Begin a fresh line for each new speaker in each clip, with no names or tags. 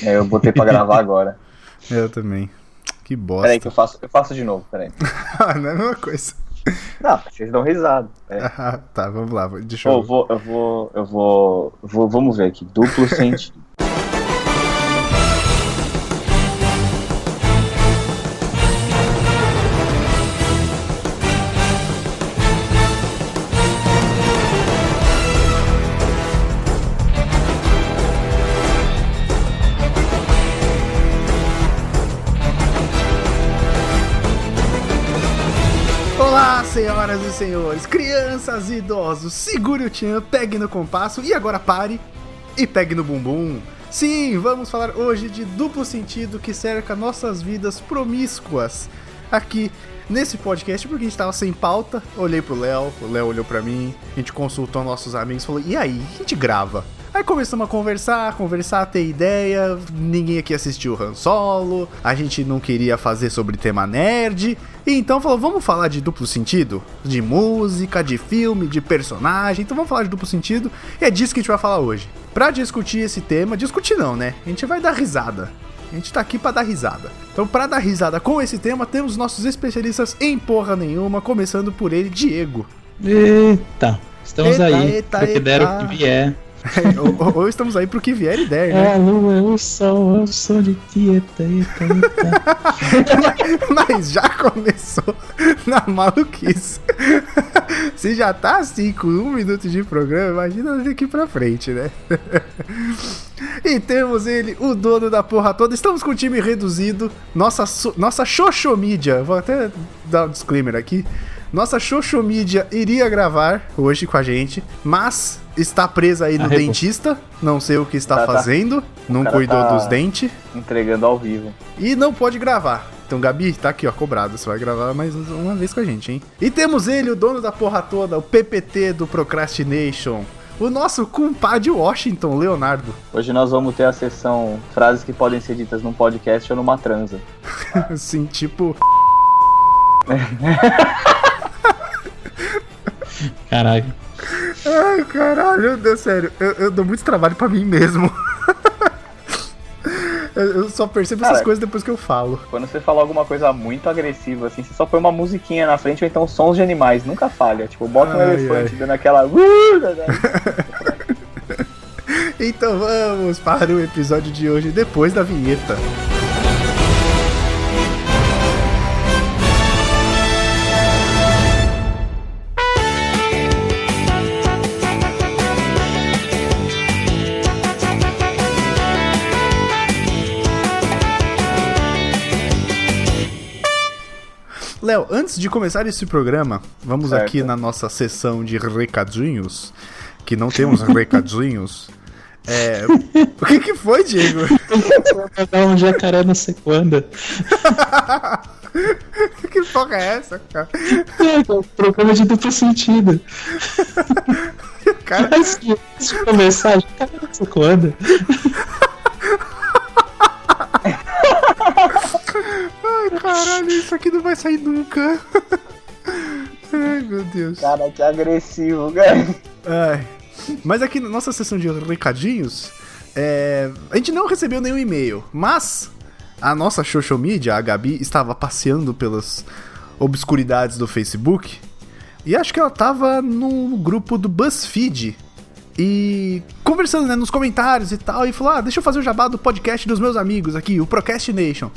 É, eu botei pra gravar agora.
Eu também. Que bosta.
Peraí que eu faço, eu faço de novo, peraí.
Ah, não é a mesma coisa.
Não, vocês dão risada. É.
Ah, tá, vamos lá. Deixa
Eu
eu.
vou, eu vou, eu vou, vou- vamos ver aqui. Duplo sentido.
Olá, senhoras e senhores, crianças e idosos, segure o tchan, pegue no compasso e agora pare e pegue no bumbum. Sim, vamos falar hoje de duplo sentido que cerca nossas vidas promíscuas aqui nesse podcast, porque a gente tava sem pauta, olhei pro Léo, o Léo olhou pra mim, a gente consultou nossos amigos, falou, e aí, a gente grava? Aí começamos a conversar, conversar, ter ideia, ninguém aqui assistiu o Han Solo, a gente não queria fazer sobre tema nerd, e então falou, vamos falar de duplo sentido? De música, de filme, de personagem, então vamos falar de duplo sentido, e é disso que a gente vai falar hoje. Pra discutir esse tema, discutir não, né? A gente vai dar risada. A gente tá aqui pra dar risada. Então, pra dar risada com esse tema, temos nossos especialistas em porra nenhuma, começando por ele, Diego.
Eita, estamos
Eita,
aí.
eita,
Eita, que der o
eita.
que vier.
ou, ou- ou estamos aí pro que vier e der, né?
É a lua, é o sol, é o sol de ti, eita, eita, eita.
Mas já começou na maluquice. Se já tá assim com um minuto de programa, imagina daqui pra frente, né? E temos ele, o dono da porra toda. Estamos com o time reduzido. Nossa, so- nossa Xoxomídia, vou até dar um disclaimer aqui. Nossa Xoxomídia iria gravar hoje com a gente, mas está presa aí no
Arregou.
dentista. Não sei o que está
Tá, tá.
fazendo, não
cara
cuidou
tá-
dos dentes
Entregando ao vivo.
e não pode gravar. Então, Gabi, tá aqui, ó, cobrado. Você vai gravar mais um- uma vez com a gente, hein? E temos ele, o dono da porra toda, o PPT do Procrastination. O nosso compadre Washington, Leonardo.
Hoje nós vamos ter a sessão frases que podem ser ditas num podcast ou numa transa.
Assim, tipo.
Caraca.
Ai, caralho, meu Deus, sério. Eu, eu dou muito trabalho pra mim mesmo. Eu eu só percebo essas
Cara.
coisas depois que eu falo.
Quando você fala alguma coisa muito agressiva, assim, você só põe uma musiquinha na frente ou então sons de animais. Nunca falha. Tipo, bota um
Ai,
elefante dando aquela. "Uh, Não
Então vamos para o episódio de hoje, depois da vinheta. Léo, antes de começar esse programa, vamos
Certo.
aqui na nossa sessão de recadinhos, que não temos recadinhos. É, o que que foi, Diego?
Vai dar um jacaré não sei quando.
que porra é essa, cara?
Programa de duplo sentido.
Cara,
Mas antes de começar, jacaré não sei quando.
ai, caralho, isso aqui não vai sair nunca. Ai, meu Deus.
Cara, que agressivo, cara.
Ai. É. Mas aqui na nossa sessão de recadinhos, é, a gente não recebeu nenhum e-mail, mas a nossa social media, a Gabi, estava passeando pelas obscuridades do Facebook e acho que ela estava num grupo do BuzzFeed e conversando né, nos comentários e tal, e falou: Ah, deixa eu fazer o jabá do podcast dos meus amigos aqui, o Procrastination.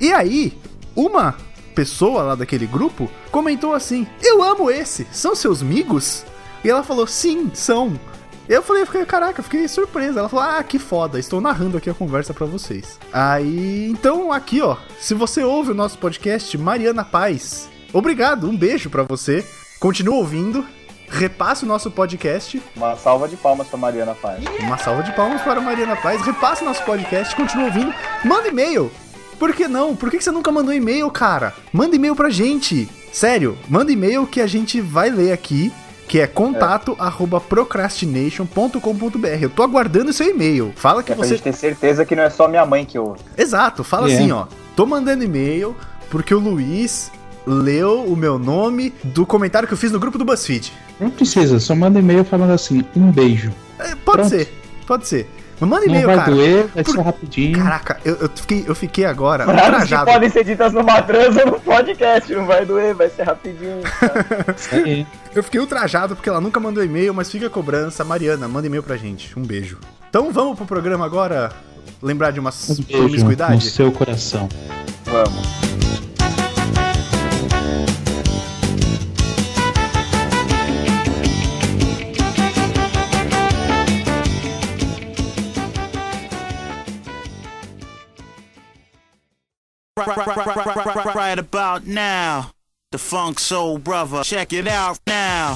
E aí, uma pessoa lá daquele grupo comentou assim: Eu amo esse, são seus amigos? E ela falou: Sim, são. Eu falei, fiquei, caraca, fiquei surpresa. Ela falou: Ah, que foda, estou narrando aqui a conversa pra vocês. Aí, então aqui, ó, se você ouve o nosso podcast, Mariana Paz, obrigado, um beijo pra você. Continua ouvindo, repasse o nosso podcast
Uma salva de palmas pra Mariana Paz.
uma salva de palmas para a Mariana Paz. Repasse nosso podcast, continua ouvindo. Manda e-mail. Por que não? Por que que você nunca mandou e-mail, cara? Manda e-mail pra gente. Sério, manda e-mail que a gente vai ler aqui, que é contato arroba procrastination.com.br. Eu tô aguardando seu e-mail. Fala que
É pra
você
gente ter certeza que não é só minha mãe que ouve.
Exato, fala
É.
assim, ó. Tô mandando e-mail porque o Luiz leu o meu nome do comentário que eu fiz no grupo do BuzzFeed.
Não precisa, só manda e-mail falando assim, um beijo.
É, pode
Pronto.
ser, pode ser. Manda
Não
Um e-mail,
vai
cara.
doer, vai
Por-
ser rapidinho.
Caraca, eu, eu fiquei, eu fiquei agora
Frases que
trajado.
podem ser ditas numa transa no podcast, não vai doer, vai ser rapidinho. tá?
Isso aí.
Eu fiquei ultrajado porque ela nunca mandou e-mail, mas fica a cobrança. Mariana, manda e-mail pra gente. Um beijo. Então vamos pro programa agora? Lembrar de umas
Um beijo no
promiscuidade?
seu coração.
Vamos.
Right, right, right, right, right, right, right about now. The Funk Soul Brother. Check it out now.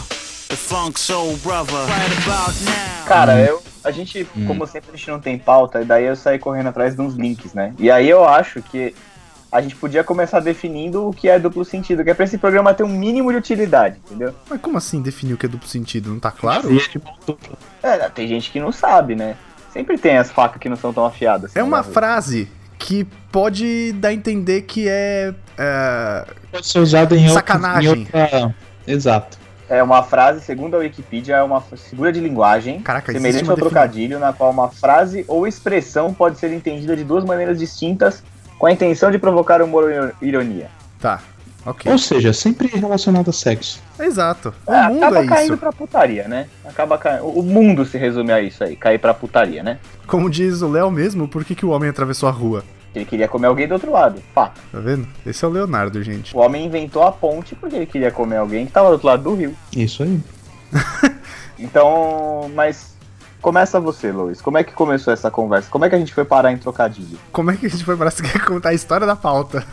The Funk Soul Brother. Right about now.
Hum.
Cara, eu, a gente, como sempre, a gente não tem pauta, e daí eu saí correndo atrás de uns links, né? E aí eu acho que a gente podia começar definindo o que é duplo sentido, que é pra esse programa ter um mínimo de utilidade, entendeu?
Mas como assim definir o que é duplo sentido? Não tá claro?
Existe bom duplo.
É, tem gente que não sabe, né? Sempre tem as facas que não são tão afiadas.
É uma
né?
frase que pode dar a entender que é. é,
Pode ser usado em outra-
Sacanagem.
em outra... Exato.
É uma frase, segundo a Wikipedia, é uma figura de linguagem
Caraca, existe
semelhante
uma
ao
definição.
um trocadilho, na qual uma frase ou expressão pode ser entendida de duas maneiras distintas com a intenção de provocar humor ou iro- ironia.
Tá, ok.
Ou seja, sempre relacionado a sexo.
Exato. O
É,
mundo
acaba
é
caindo
isso.
pra putaria, né? Acaba caindo. O mundo se resume a isso aí, cair pra putaria, né?
Como diz o Léo mesmo, por que, que o homem atravessou a rua?
Ele queria comer alguém do outro lado. Fato.
Tá vendo? Esse é o Leonardo, gente.
O homem inventou a ponte porque ele queria comer alguém que tava do outro lado do rio.
Isso aí.
Então, mas. Começa você, Luiz. Como é que começou essa conversa? Como é que a gente foi parar em trocadilho?
Como é que a gente foi pra você quer contar a história da pauta?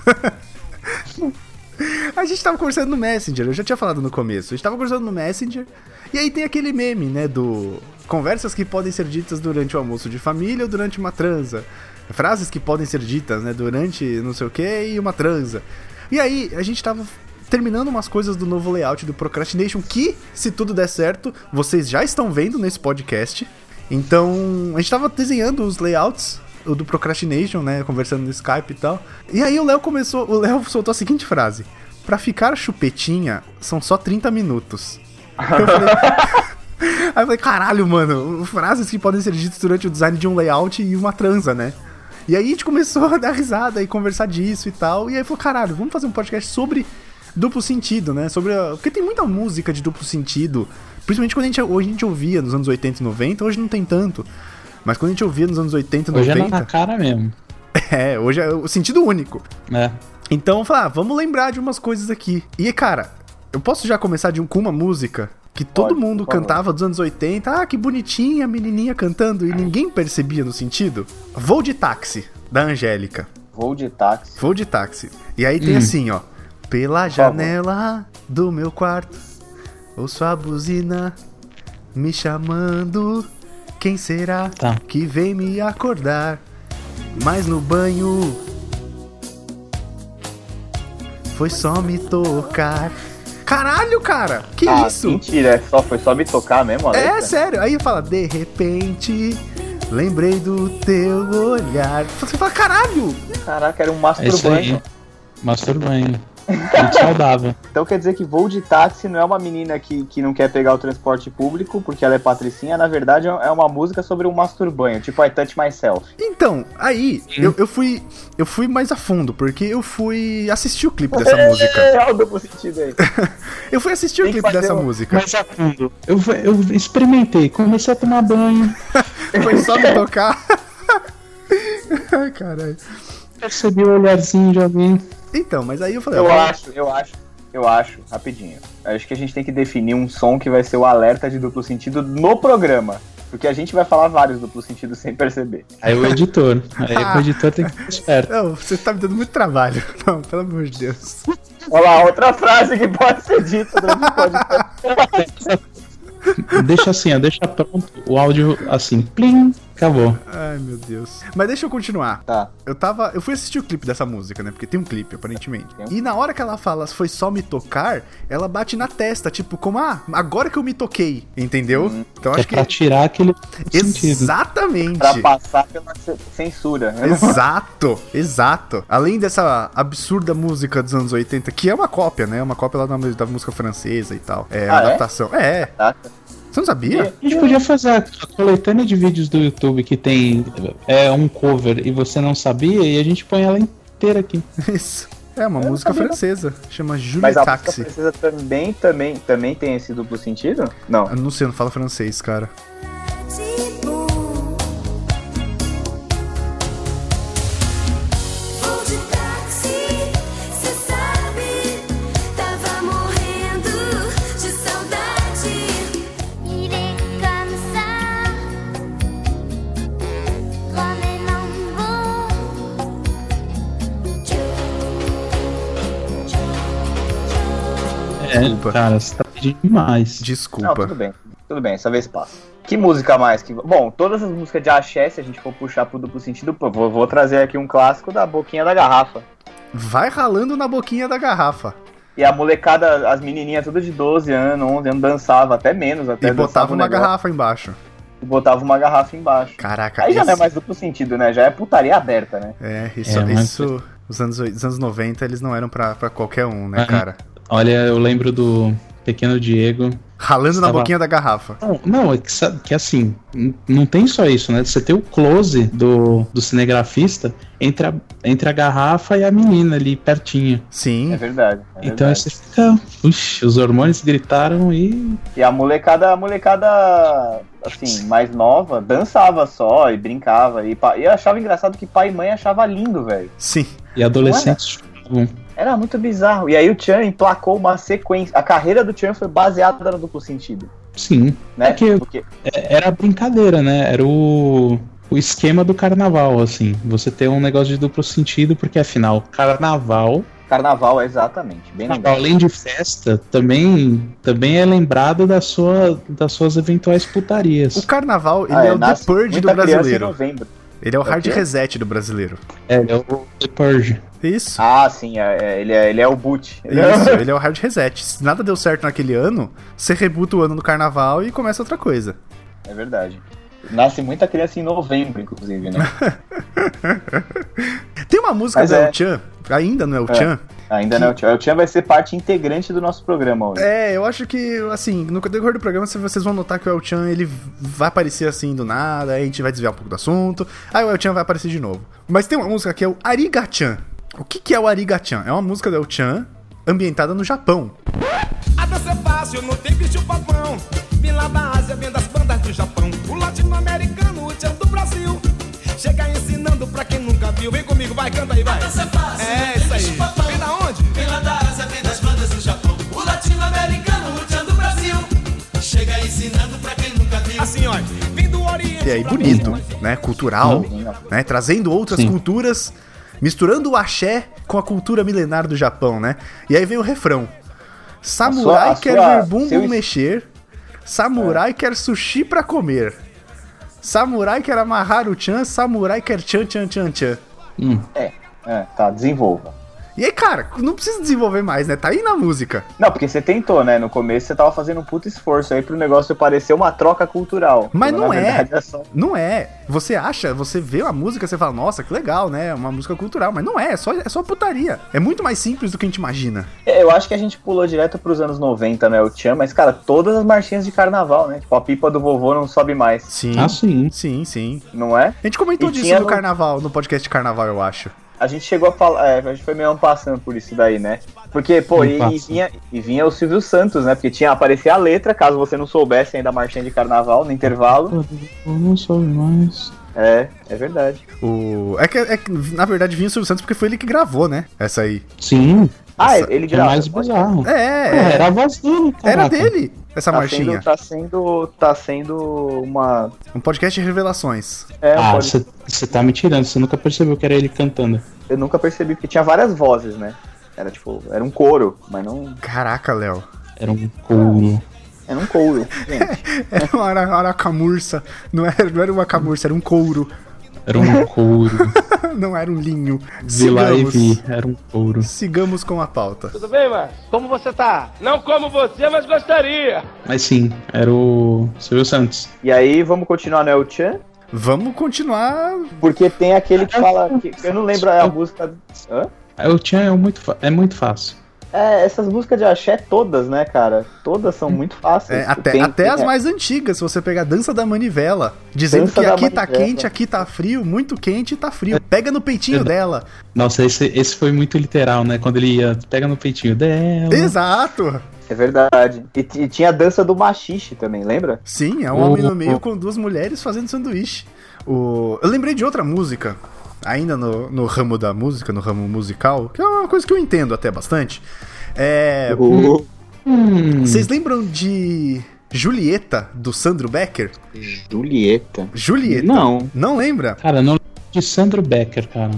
a gente tava conversando no Messenger, eu já tinha falado no começo. A gente tava conversando no Messenger, e aí tem aquele meme, né, do... Conversas que podem ser ditas durante o almoço de família ou durante uma transa. Frases que podem ser ditas, né, durante não sei o que e uma transa. E aí, a gente tava terminando umas coisas do novo layout do Procrastination, que, se tudo der certo, vocês já estão vendo nesse podcast. Então, a gente tava desenhando os layouts o do Procrastination, né? Conversando no Skype e tal. E aí o Léo começou. O Léo soltou a seguinte frase: Pra ficar chupetinha, são só 30 minutos. Eu falei- aí eu falei, caralho, mano, frases que podem ser ditas durante o design de um layout e uma transa, né? E aí a gente começou a dar risada e conversar disso e tal. E aí falou, caralho, vamos fazer um podcast sobre duplo sentido, né? Sobre a- Porque tem muita música de duplo sentido. Principalmente quando a gente, hoje a gente ouvia nos anos 80 e 90, hoje não tem tanto. Mas quando a gente ouvia nos anos 80 e
Hoje
90.
é na cara mesmo.
É, hoje é o sentido único.
né?
Então, eu falei, ah, vamos lembrar de umas coisas aqui. E, cara, eu posso já começar de um, com uma música que todo
Pode,
mundo
por favor.
cantava dos anos 80. Ah, que bonitinha a menininha cantando e ninguém percebia no sentido. Vou de táxi, da Angélica.
Vou de táxi.
Vou de táxi. E aí tem
Hum.
assim, ó. Pela
favor.
janela do meu quarto, ouço a buzina me chamando. Quem será
Tá.
que vem me acordar? Mas no banho foi só me tocar. Caralho, cara! Que
Ah,
isso?
Mentira, é só, foi só me tocar mesmo, a
É
letra?
sério, aí fala, de repente, lembrei do teu olhar. Você fala, caralho!
Caraca, era um
É isso aí.
masturbante.
Masturbanho. Muito saudável.
Então quer dizer que voo de táxi não é uma menina que, que não quer pegar o transporte público porque ela é patricinha, na verdade é uma música sobre um masturbanho, tipo I Touch Myself.
Então, aí, eu, eu fui. Eu fui mais a fundo, porque eu fui assistir o clipe dessa música.
É, é o duplo sentido aí.
Eu fui assistir o
Tem que
clipe
fazer
dessa
um-
música.
Mas a fundo. Eu, eu experimentei, comecei a tomar banho,
Foi só me tocar. Ai, caralho.
percebi o olharzinho de alguém.
Então, mas aí eu falei,
Eu
ó,
acho, eu acho, eu acho, rapidinho. Acho que a gente tem que definir um som que vai ser o alerta de duplo sentido no programa. Porque a gente vai falar vários duplos sentidos sem perceber.
Aí o editor. Aí o editor tem que ficar esperto.
Não, você tá me dando muito trabalho. Não, pelo amor de Deus.
Olha lá, outra frase que pode ser dita durante o podcast.
Deixa assim, ó, deixa pronto o áudio assim, plim, acabou.
Ai, meu Deus. Mas deixa eu continuar.
Tá.
Eu tava. Eu fui assistir o clipe dessa música, né? Porque tem um clipe, aparentemente.
Tem um
E na hora que ela fala foi só me tocar, ela bate na testa, tipo, como, ah, agora que eu me toquei. Entendeu?
Uhum.
Então
Que é
acho que.
pra tirar aquele sentido.
Exatamente.
Pra passar pela ce- censura. né?
Exato, exato. Além dessa absurda música dos anos 80, que é uma cópia, né? Uma cópia lá da, da música francesa e tal.
Ah,
É,
é?
adaptação. É?
Tá?
Você não sabia?
A gente podia fazer a a coletânea de vídeos do YouTube que tem é, um cover e você não sabia e a gente põe ela inteira aqui.
Isso. É uma música
sabia, não.
francesa, chama Julie
Mas a música
Taxi.
francesa também, também, também tem esse duplo sentido? Não.
Eu não sei, eu não falo francês, cara.
si beau. Pour du taxi, c'est sa vie. T'as va mourir d'où je sors d'agir. Il est comme ça, comme un lambeau. Joe,
É,
Desculpa.
cara, você tá pedindo demais.
Não,
Desculpa.
tudo bem. Tudo bem, essa vez passa. Que música mais? Que... Bom, todas as músicas de axé, se a gente for puxar pro duplo sentido, pô, vou, vou trazer aqui um clássico da boquinha da garrafa.
Vai ralando na boquinha da garrafa.
E a molecada, as menininhas tudo de 12 anos, 11 anos, dançava até menos, até
E botava
dançava um
uma
negócio,
garrafa embaixo.
E botava uma garrafa embaixo.
Caraca,
Aí já
isso...
não é mais duplo sentido, né? Já é putaria aberta, né?
É, isso,
É, mas-
isso os, anos, oi- os anos 90 eles não eram pra, pra qualquer um, né,
Ah,
cara?
Olha, eu lembro do pequeno Diego.
Ralando na
Estava-
boquinha da garrafa.
Não, não é que, sabe, que assim, n- não tem só isso, né? Você tem o close do, do cinegrafista entre a, entre a garrafa e a menina ali pertinho.
É
Sim.
verdade. é verdade.
Então aí você fica. Puxa, os hormônios gritaram e.
E a molecada, a molecada, assim, mais nova, dançava só e brincava. E, pa- e eu achava engraçado que pai e mãe achava lindo, velho.
Sim.
E adolescentes choravam.
Era muito bizarro. E aí o Chan emplacou uma sequência. A carreira do Chan foi baseada no duplo sentido,
Sim.
né?
É que-
Porque
É- Era a brincadeira, né? Era o. O esquema do carnaval, assim. Você ter um negócio de duplo sentido, porque afinal, carnaval
carnaval, exatamente. Bem legal.
Carnaval, Tipo, além de festa, também, também é lembrado da sua, das suas eventuais putarias.
O carnaval, ele
Ah,
é, o The
nasce
Purge do
muita criança em
brasileiro.
novembro.
Ele é o hard
quê?
reset do brasileiro.
É, é o The Purge.
Isso.
Ah, sim, é- é- ele, é, ele é o boot. Ele é-
Isso, ele é o hard reset. Se nada deu certo naquele ano, você rebuta o ano do carnaval e começa outra coisa.
É verdade. Nasce muita criança em novembro, inclusive, né?
Tem uma música
Mas
do
é.
El Chan, ainda não é o
É.
Chan?
Ainda não é o Chan. O Chan vai ser parte integrante do nosso programa hoje.
É, eu acho que, assim, no decorrer do programa se vocês vão notar que o El-Chan, ele vai aparecer assim do nada, aí a gente vai desviar um pouco do assunto, aí o El-Chan vai aparecer de novo. Mas tem uma música que é o Ariga-chan. O que, que é o Ariga-chan? É uma música do El-Chan ambientada no Japão.
A dança é fácil, não tem bicho papão. Vim lá da Ásia, vem das bandas do Japão. O latino-americano, Tá o tchan do Brasil. Chega ensinando pra quem nunca viu. Vem comigo, vai, canta aí, vai. A dança é fácil,
né?
é, isso aí. Vem da onde?
Vem lá da Ásia, vem das bandas do Japão. O latino-americano lutando o Brasil. Chega ensinando pra quem nunca viu.
Assim, ó. Vem do Oriente.
E aí,
pra
bonito,
Oriente.
né? Cultural, né? Trazendo outras
Sim.
culturas, misturando o axé com a cultura milenar do Japão, né? E aí vem o refrão. Samurai
a sua-
quer ver bumbum
seu- É.
mexer, samurai quer sushi pra comer, samurai quer amarrar o chan, samurai quer chan chan chan chan.
Hum,
É, tá, desenvolva.
E aí, cara, não precisa desenvolver mais, né? Tá aí na música.
Não, porque você tentou, né? No começo você tava fazendo um puto esforço aí pro negócio parecer uma troca cultural.
Mas
Quando,
não
na
é.
verdade, só-
Não é. Você acha, você vê a música, você fala, nossa, que legal, né? Uma música cultural. Mas não é, é só, é só putaria. É muito mais simples do que a gente imagina.
É, Eu acho que a gente pulou direto pros anos 90, né? O Tchan, mas, cara, todas as marchinhas de carnaval, né? Tipo, a pipa do vovô não sobe mais,
Sim.
Ah, sim.
Sim, sim.
não é?
A gente comentou
E
disso
tinha
no
no-
carnaval, no podcast de carnaval, eu acho.
A gente chegou a falar. É, a gente foi meio um passando por isso daí, né? Porque, pô,
Um
e, e
passo.
vinha, e vinha o Silvio Santos, né? Porque tinha aparecer a letra, caso você não soubesse ainda a marchinha de carnaval no intervalo.
Eu não soube mais.
É, é verdade.
O... É, que, é que, na verdade, vinha o Silvio Santos porque foi ele que gravou, né? Essa aí.
Sim,
Ah,
Nossa,
ele
que é
grava.
mais bizarro.
É,
Pô,
é,
era a voz dele,
era
caraca.
dele essa
Tá
marchinha.
sendo, tá sendo. Tá sendo uma.
Um podcast de revelações.
É,
Ah,
pode-
você tá me tirando, você nunca percebeu que era ele cantando.
eu nunca percebi, porque tinha várias vozes, né? Era tipo, era um coro, mas não.
Caraca, Léo.
Era um couro.
Era um couro. gente.
Era É, uma ara- aracamurça. Não era, não era uma camurça, era um couro.
Era um couro.
Não era um linho.
Vi lá e
Sigamos.
vi. Era um couro.
Sigamos com a pauta.
Tudo bem, mano? Como você tá? Não como você, mas gostaria.
Mas sim, era o Silvio Santos.
E aí, vamos continuar no El Chan?
Vamos continuar.
Porque tem aquele que fala. Que, eu não lembro a música.
Aí o Tchan é muito, fa- é muito fácil.
É, essas músicas de axé todas, né, cara? Todas são muito fáceis.
É, até
Tem-
até as
é,
mais antigas, se você pegar Dança da Manivela, dizendo
Dança
que
da
aqui tá
Manivela.
quente, aqui tá frio, muito quente tá frio. Pega no peitinho dela.
Nossa, esse, esse foi muito literal, né? Quando ele ia, pega no peitinho dela.
Exato!
É verdade. E, t- e tinha a dança do machixe também, lembra?
Sim, é um homem no
O-
meio com duas mulheres fazendo sanduíche. O... Eu lembrei de outra música, ainda no, no ramo da música, no ramo musical, que é uma coisa que eu entendo até bastante. É,
O-
Hum,
Vocês lembram de Julieta, do Sandro Becker?
Julieta.
Julieta. Então-
Não.
Não lembra?
cara, não lembro de Sandro Becker, cara.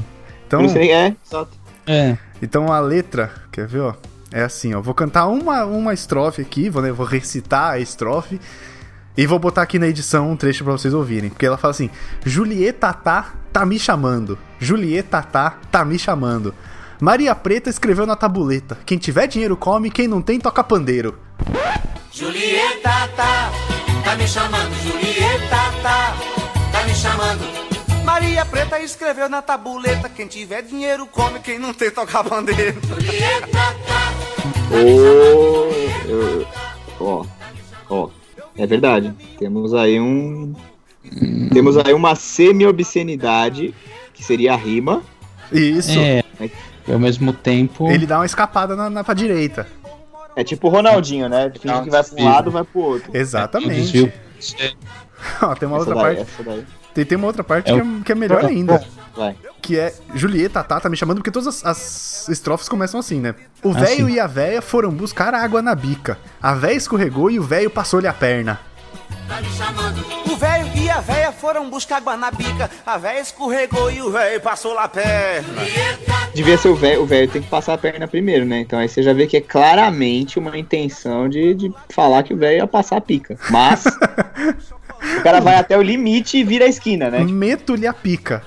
Então,
Não sei, é, exato.
É.
então a letra, quer ver, ó? É assim, ó. Vou cantar uma, uma estrofe aqui, vou, né, vou recitar a estrofe. E vou botar aqui na edição um trecho pra vocês ouvirem. Porque ela fala assim: Julieta tá, tá me chamando. Julieta tá, tá me chamando. Maria Preta escreveu na tabuleta: Quem tiver dinheiro come, quem não tem toca pandeiro.
Julieta tá, tá me chamando, Julieta tá, tá me chamando.
Maria Preta escreveu na tabuleta: quem tiver dinheiro come, quem não tem toca bandeira.
Ô, Ó, ó, é verdade. Temos aí um.
Hum.
Temos aí uma semi-obscenidade, que seria a rima.
Isso.
É. E ao mesmo tempo.
Ele dá uma escapada na, na pra direita.
É tipo o Ronaldinho, né? Finge que vai pra um lado, vai pro outro.
o
Exatamente.
desvio-
Ó, tem uma
essa
é outra
daí,
parte.
essa daí.
Tem, tem uma outra parte
É
que, é, que é melhor ainda.
Vai.
Que é Julieta tá, tá me chamando, porque todas as, as estrofes começam assim, né? O
Ah,
véio
sim.
e a véia foram buscar água na bica. A véia escorregou e o véio passou-lhe a perna.
O velho e a véia foram buscar guanabica. A véia escorregou e o velho passou lá perna.
Devia ser o velho, o velho tem que passar a perna primeiro, né? Então aí você já vê que é claramente uma intenção de, de falar que o velho ia passar a pica. Mas o cara vai até o limite e vira a esquina,
Uhum.
É
né?
Meto-lhe a pica.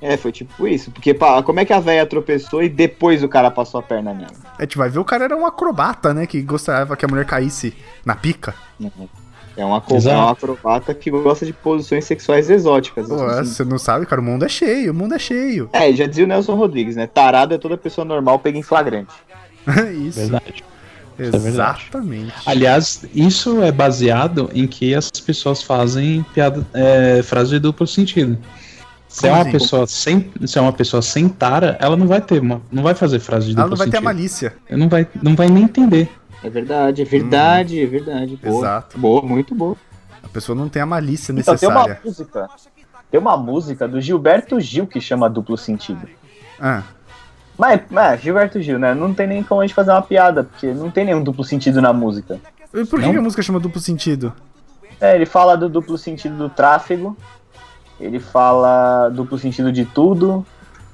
É, foi tipo isso. Porque pá, como é que a velha tropeçou e depois o cara passou a perna nela?
A gente vai ver o cara era um acrobata, né? Que gostava que a mulher caísse na pica.
Não. É uma, co- é
Exato.
uma acrobata que gosta de posições sexuais exóticas.
Pô,
assim.
você não sabe, cara, o mundo é cheio, o mundo é cheio.
É, já dizia o Nelson Rodrigues, né? Tarado é toda pessoa normal pega em flagrante.
Isso,
Verdade. é verdade.
exatamente.
Aliás, isso é baseado em que as pessoas fazem piada, é, frase de duplo sentido. Se é,
Como
uma
assim?
pessoa sem, se é uma pessoa sem tara, ela não vai ter uma, não vai fazer frase de
Ela
duplo
não vai ter a
sentido.
malícia.
Ela não vai, não vai nem entender.
É verdade, é verdade, é verdade. Boa.
Exato.
Boa, muito boa.
A pessoa não tem a malícia
Então, tem uma
necessária.
música. Tem uma música do Gilberto Gil que chama duplo sentido.
Ah,
Mas, mas Gilberto Gil, né? Não tem nem como a gente fazer uma piada, porque não tem nenhum duplo sentido na música.
e por que,
Não?
que a música chama duplo sentido?
É, ele fala do duplo sentido do tráfego, ele fala duplo sentido de tudo.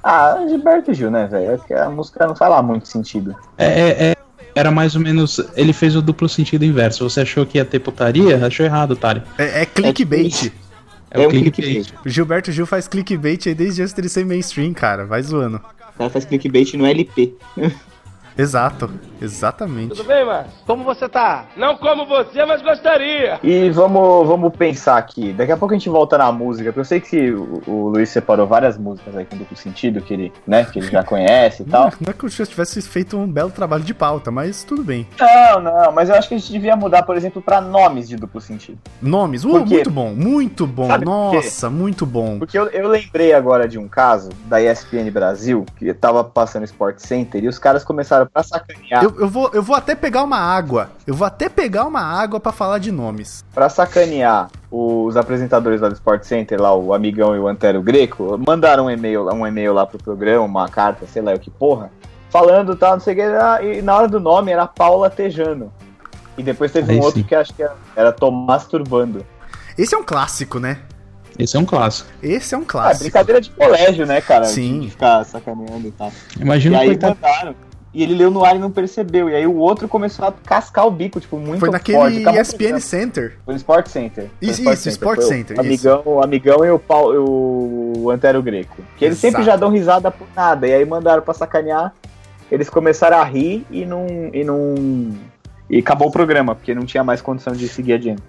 Ah, Gilberto Gil, né, velho? É que A música não faz lá muito sentido.
É- é- é- era mais ou menos. Ele fez o duplo sentido inverso. Você achou que ia ter putaria? Achou errado, otário.
É, é clickbait.
É,
É
o
um
clickbait.
clickbait.
O Gilberto Gil faz clickbait aí desde antes dele ser mainstream, cara. Vai zoando.
O cara faz clickbait no LP.
Exato. Exatamente.
bem, Márcio? Como você tá? Não como você, mas gostaria.
E vamos, vamos pensar aqui. Daqui a pouco a gente volta na música, porque eu sei que o, o Luiz separou várias músicas aí com duplo sentido, que ele, né, que ele já conhece e tal.
Não é que o Chus tivesse feito um belo trabalho de pauta, mas tudo bem.
Não, não, mas eu acho que a gente devia mudar, por exemplo, pra nomes de duplo sentido.
Nomes. Uh,
Por quê?
muito bom. Muito bom.
Sabe por quê?
Nossa, muito bom.
Porque eu, eu lembrei agora de um caso da ESPN Brasil, que tava passando Sport Center, e os caras começaram pra sacanear,
Eu, eu vou, eu vou até pegar uma água. Eu vou até pegar uma água pra falar de nomes.
pra sacanear os apresentadores lá do Sport Center, lá o Amigão e o Antero Greco, mandaram um e-mail, lá- um e-mail lá pro programa, uma carta, sei lá o que porra, falando tal, não sei o que, era- e na hora do nome era Paula Tejano. E depois teve
Aí
um outro
sim.
que acho que era, era Tomás Turbando.
Esse é um clássico, né?
Esse é um clássico.
Esse é um
Ah, é
clássico.
brincadeira de colégio, né, cara?
Sim.
De ficar sacaneando e tal. E
Imagina o
aí
coitado.
mandaram. E ele leu no ar e não percebeu. E aí o outro começou a cascar o bico, tipo, muito forte.
Foi naquele
Acabou
ESPN
com-
Center.
Foi no Sport Center. Foi no
Isso, isso, Sport
Foi o
Center, isso.
Amigão, o amigão e o, Paulo, e o Antero Greco. Que eles sempre já
Exato.
dão risada por nada. E aí mandaram pra sacanear. Eles começaram a rir e não. E não. E acabou o programa, porque não tinha mais condição de seguir adiante.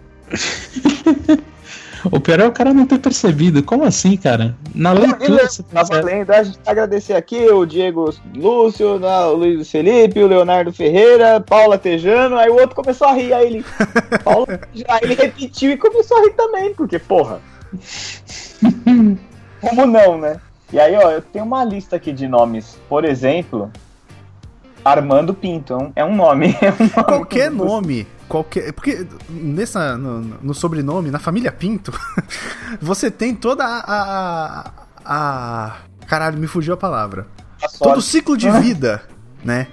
O pior é o cara não ter percebido. Como assim, cara? Na leitura você
Tá
percebe.
valendo. A gente agradecer aqui o Diego Lúcio, na- o Luiz Felipe, o Leonardo Ferreira, Paula Tejano. Aí o outro começou a rir, aí ele. Paula, Tejano, aí ele repetiu e começou a rir também, porque, porra. Como não, né? E aí, ó, eu tenho uma lista aqui de nomes. Por exemplo, Armando Pinto. é um- É um nome. É um nome
Qualquer nome, qualquer. Porque nessa, no, no sobrenome, na família Pinto, você tem toda a, a, a- a- Caralho, me fugiu a palavra.
Tá
Todo o ciclo de vida, né?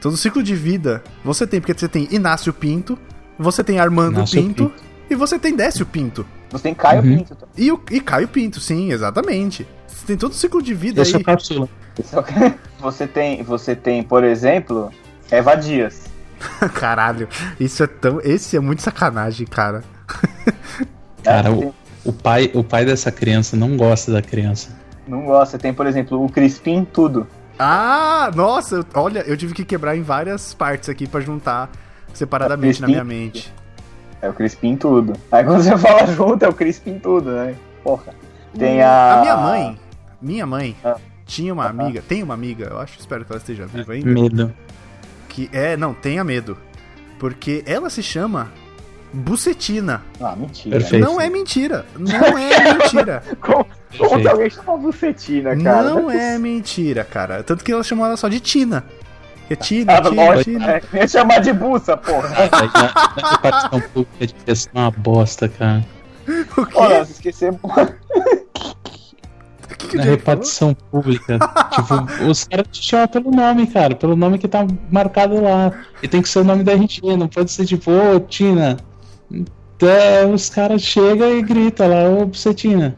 Todo o ciclo de vida você tem, porque você tem Inácio Pinto, você tem Armando
Inácio
Pinto, e você tem Décio Pinto.
Você tem Caio
Uhum.
Pinto. também.
E, o, e Caio Pinto, sim, exatamente. Você tem todo o ciclo de vida
Esse é
aí.
o cápsula.
Só que Você tem, você tem, por exemplo, Eva Dias. né?
Caralho, isso é tão. Esse é muito sacanagem, cara.
Cara,
É,
o, o pai, o pai dessa criança não gosta da criança.
Não gosta. Tem, por exemplo, o Crispim Tudo.
Ah, nossa, eu- olha, eu tive que quebrar em várias partes aqui pra juntar separadamente na minha mente.
É o Crispim Tudo. Aí quando você fala junto, é o Crispim Tudo, né? Porra. Tem a.
A minha mãe, minha mãe,
Ah.
tinha uma
Ah.
amiga, tem uma amiga, eu acho, espero que ela esteja viva ainda,
Medo.
que é, não, tenha medo, porque ela se chama Bucetina.
Ah, mentira.
Perfeito.
Não é mentira, não é mentira,
Como, como que
Perfeito.
alguém chama bucetina, cara?
não é
possível.
mentira, cara. Tanto que ela chamou ela só de Tina. Que é Tina,
Ah,
Tina,
lógico,
Tina.
né? Ia chamar de buça, porra.
Aí, na- na repartição pública de criança é uma bosta, cara.
O quê?
Olha, nós esquecemos.
O que que o
Na
Diego falou?
repartição pública. tipo, os caras te chamam pelo nome, cara. Pelo nome que tá marcado lá. E tem que ser o nome da Argentina. Não pode ser tipo, ô, Tina. Então, os caras chegam e gritam lá, ô, Bucetina.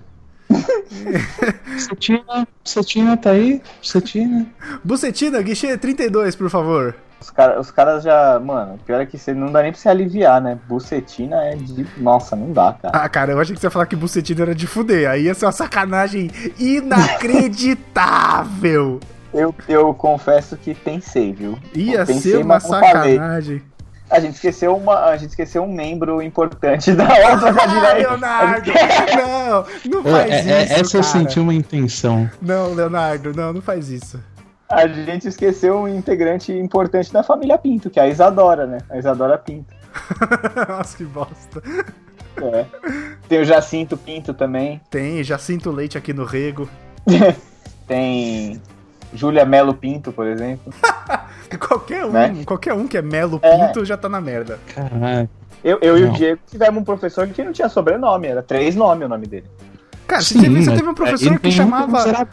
Bucetina, Bucetina tá aí? Bucetina.
Bucetina, guichê 32, por favor.
Os, cara- os caras já. Mano, pior é que você não dá nem pra se aliviar, né? Bucetina é de. Nossa, não dá, cara.
Ah, cara, eu achei que você ia falar que bucetina era de fuder. Aí ia ser uma sacanagem inacreditável.
Eu, eu confesso que pensei, viu?
Ia
Eu pensei, um
ser uma né?
mas não falei.
sacanagem.
A gente esqueceu uma, a gente esqueceu um membro importante da outra
Ah,
cadeirinha.
Leonardo! Não, não
Ô,
faz
é-
isso.
é- essa eu
cara.
senti uma intenção.
Não, Leonardo, não, não faz isso.
A gente esqueceu um integrante importante da família Pinto, que é a Isadora, né? A Isadora Pinto.
Nossa, que bosta.
É. Tem o Jacinto Pinto também.
Tem, já sinto leite aqui no rego.
Tem Júlia Melo Pinto, por exemplo.
Qualquer um,
Né?
qualquer um que é Melo
É.
Pinto já tá na merda.
Caralho.
Eu, eu e o
Não.
Diego tivemos um professor que não tinha sobrenome, era três nomes o nome dele.
Cara, você, teve, você
mas-
teve um
é,
professor
e
que
tem um que não
chamava.
será-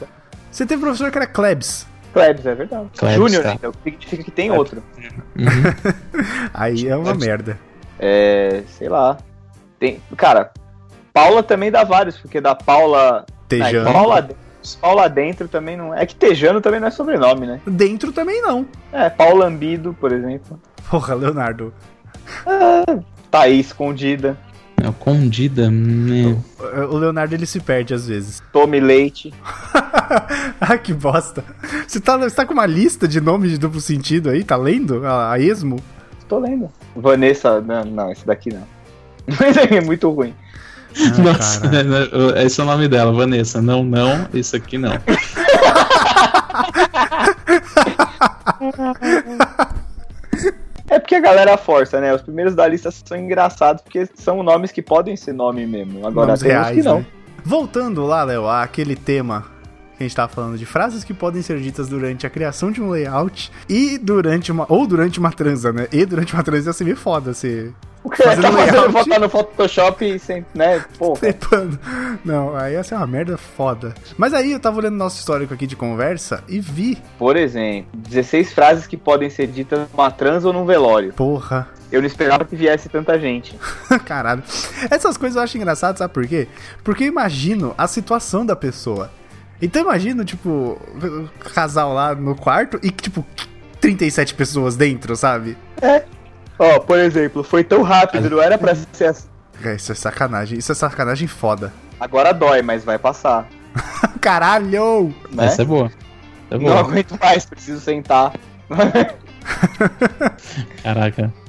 Você teve um professor que era Klebs.
Klebs, é verdade.
Klebs,
Júnior,
tá.
então, significa que tem outro.
Uhum.
Aí é uma
Klebs.
merda.
É, sei lá. Tem, cara, Paula também dá vários, porque da Paula Ah,
Tejano.
Paula, de- Paula Dentro também não é. É que Tejano também não é sobrenome, né?
Dentro também não.
É, Paula Ambido, por exemplo.
Porra, Leonardo.
Tá aí escondida.
É, Condida. né?
eh, O Leonardo ele se perde às vezes.
Tome Leite.
ah, que bosta. Você tá, você tá com uma lista de nomes de duplo sentido aí? Tá lendo? A, a esmo?
Tô lendo. Vanessa, não, não, esse daqui não. Mas é muito ruim.
Ah,
Ah, Nossa, né, esse é o nome dela, Vanessa. Não, não, isso aqui não.
É porque a galera força, né? Os primeiros da lista são engraçados, porque são nomes que podem ser nome mesmo. Agora
Nomes
tem uns que não.
né? Voltando lá, Léo, àquele tema que a gente tava falando de frases que podem ser ditas durante a criação de um layout e durante uma. Ou durante uma transa, né? E durante uma transa ia ser meio foda você
O cara tá
Fazendo layout.
fazendo botar no Photoshop e sem, né? Porra.
trepando. Não, aí ia ser uma merda foda. Mas aí eu tava olhando nosso histórico aqui de conversa e vi.
Por exemplo, 16 frases que podem ser ditas numa trans ou num velório.
Porra.
Eu não esperava que viesse tanta gente.
Caralho. Essas coisas eu acho engraçado, sabe por quê? Porque eu imagino a situação da pessoa. Então eu imagino, tipo, o casal lá no quarto e, tipo, 37 pessoas dentro, sabe?
Ó, por exemplo, foi tão rápido, não era pra ser assim.
É, Isso é sacanagem. Isso é sacanagem foda.
Agora dói, mas vai passar.
Caralho!
Né?
Essa é boa. Essa é
Não
boa.
aguento mais, preciso sentar.
Caraca.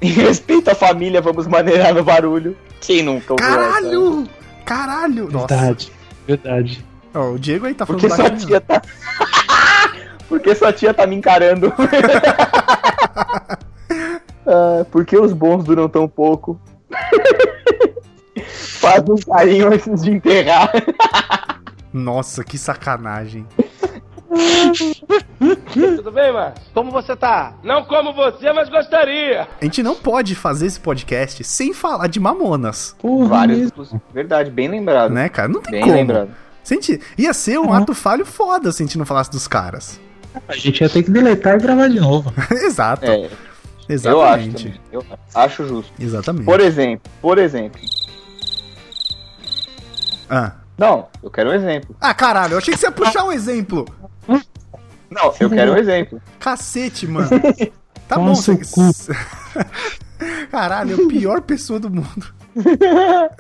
E respeita a família, vamos maneirar no barulho. Quem nunca ouviu essa?
Caralho! Caralho! Nossa.
Verdade, verdade.
Ó, o Diego aí tá falando
Porque sua
bacana.
tia tá. Porque sua tia tá me encarando. Ah, Por que os bons duram tão pouco? Faz um carinho antes de enterrar.
Nossa, que sacanagem.
Tudo bem, Márcio? Como você tá? Não como você, mas gostaria.
A gente não pode fazer esse podcast sem falar de Mamonas,
Porra,
Vários.
mesmo.
Verdade, bem lembrado.
né, cara? Não tem
Bem
como.
lembrado.
Se a gente- Ia ser um ato falho foda se a gente não falasse dos caras.
A gente ia ter que deletar e gravar de novo.
Exato.
É, eu acho.
Exatamente.
também. Eu acho justo.
Exatamente.
Por exemplo, por exemplo.
Ah.
Não, eu quero um exemplo.
ah, caralho, eu achei que você ia puxar um exemplo.
Não, eu quero um exemplo.
Cacete, mano. Tá
Toma
bom,
seu
você... Caralho, é a pior pessoa do mundo.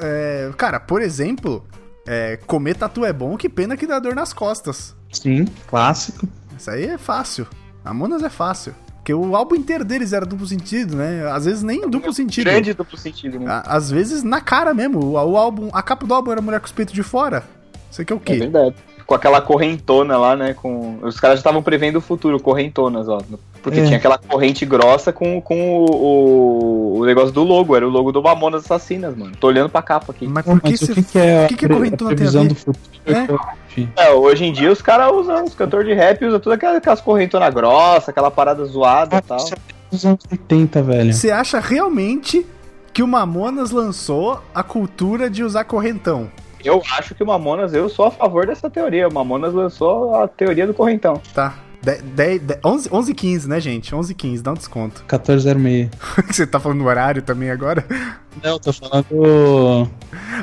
É, cara, por exemplo, é, comer tatu é bom, que pena que dá dor nas costas.
Sim, clássico.
Isso aí é fácil. Mamonas é fácil. Porque o álbum inteiro deles era duplo sentido, né? Às vezes nem duplo sentido.
é Grande duplo sentido, né?
A- Às vezes na cara mesmo. O, o álbum, a capa do álbum era mulher com os peitos de fora. Isso aqui é o
É
quê?
verdade. Com aquela correntona lá, né? Com... Os caras já estavam prevendo o futuro, correntonas, ó. Porque
É.
tinha aquela corrente grossa com, com o, o- o negócio do logo. Era o logo do Mamonas Assassinas, mano. Tô olhando pra capa aqui.
Mas
Não,
por que
mas o
você.
que, que é
o que que a
pre-
correntona tem a
previsão
ver?
do futuro?
É.
Enfim.
É, hoje em dia os caras usam, os cantores de rap usam todas aquelas, aquelas correntonas grossas, aquela parada zoada e
Ah,
tal.
isso é dos anos 80, velho.
Você acha realmente que o Mamonas lançou a cultura de usar correntão?
Eu acho que o Mamonas, eu sou a favor dessa teoria. O Mamonas lançou a teoria do correntão.
Tá. De, de, de, 11, 11 15, né, gente? 11 15, dá um desconto.
1406.
Você tá falando do horário também agora?
Não, tô falando.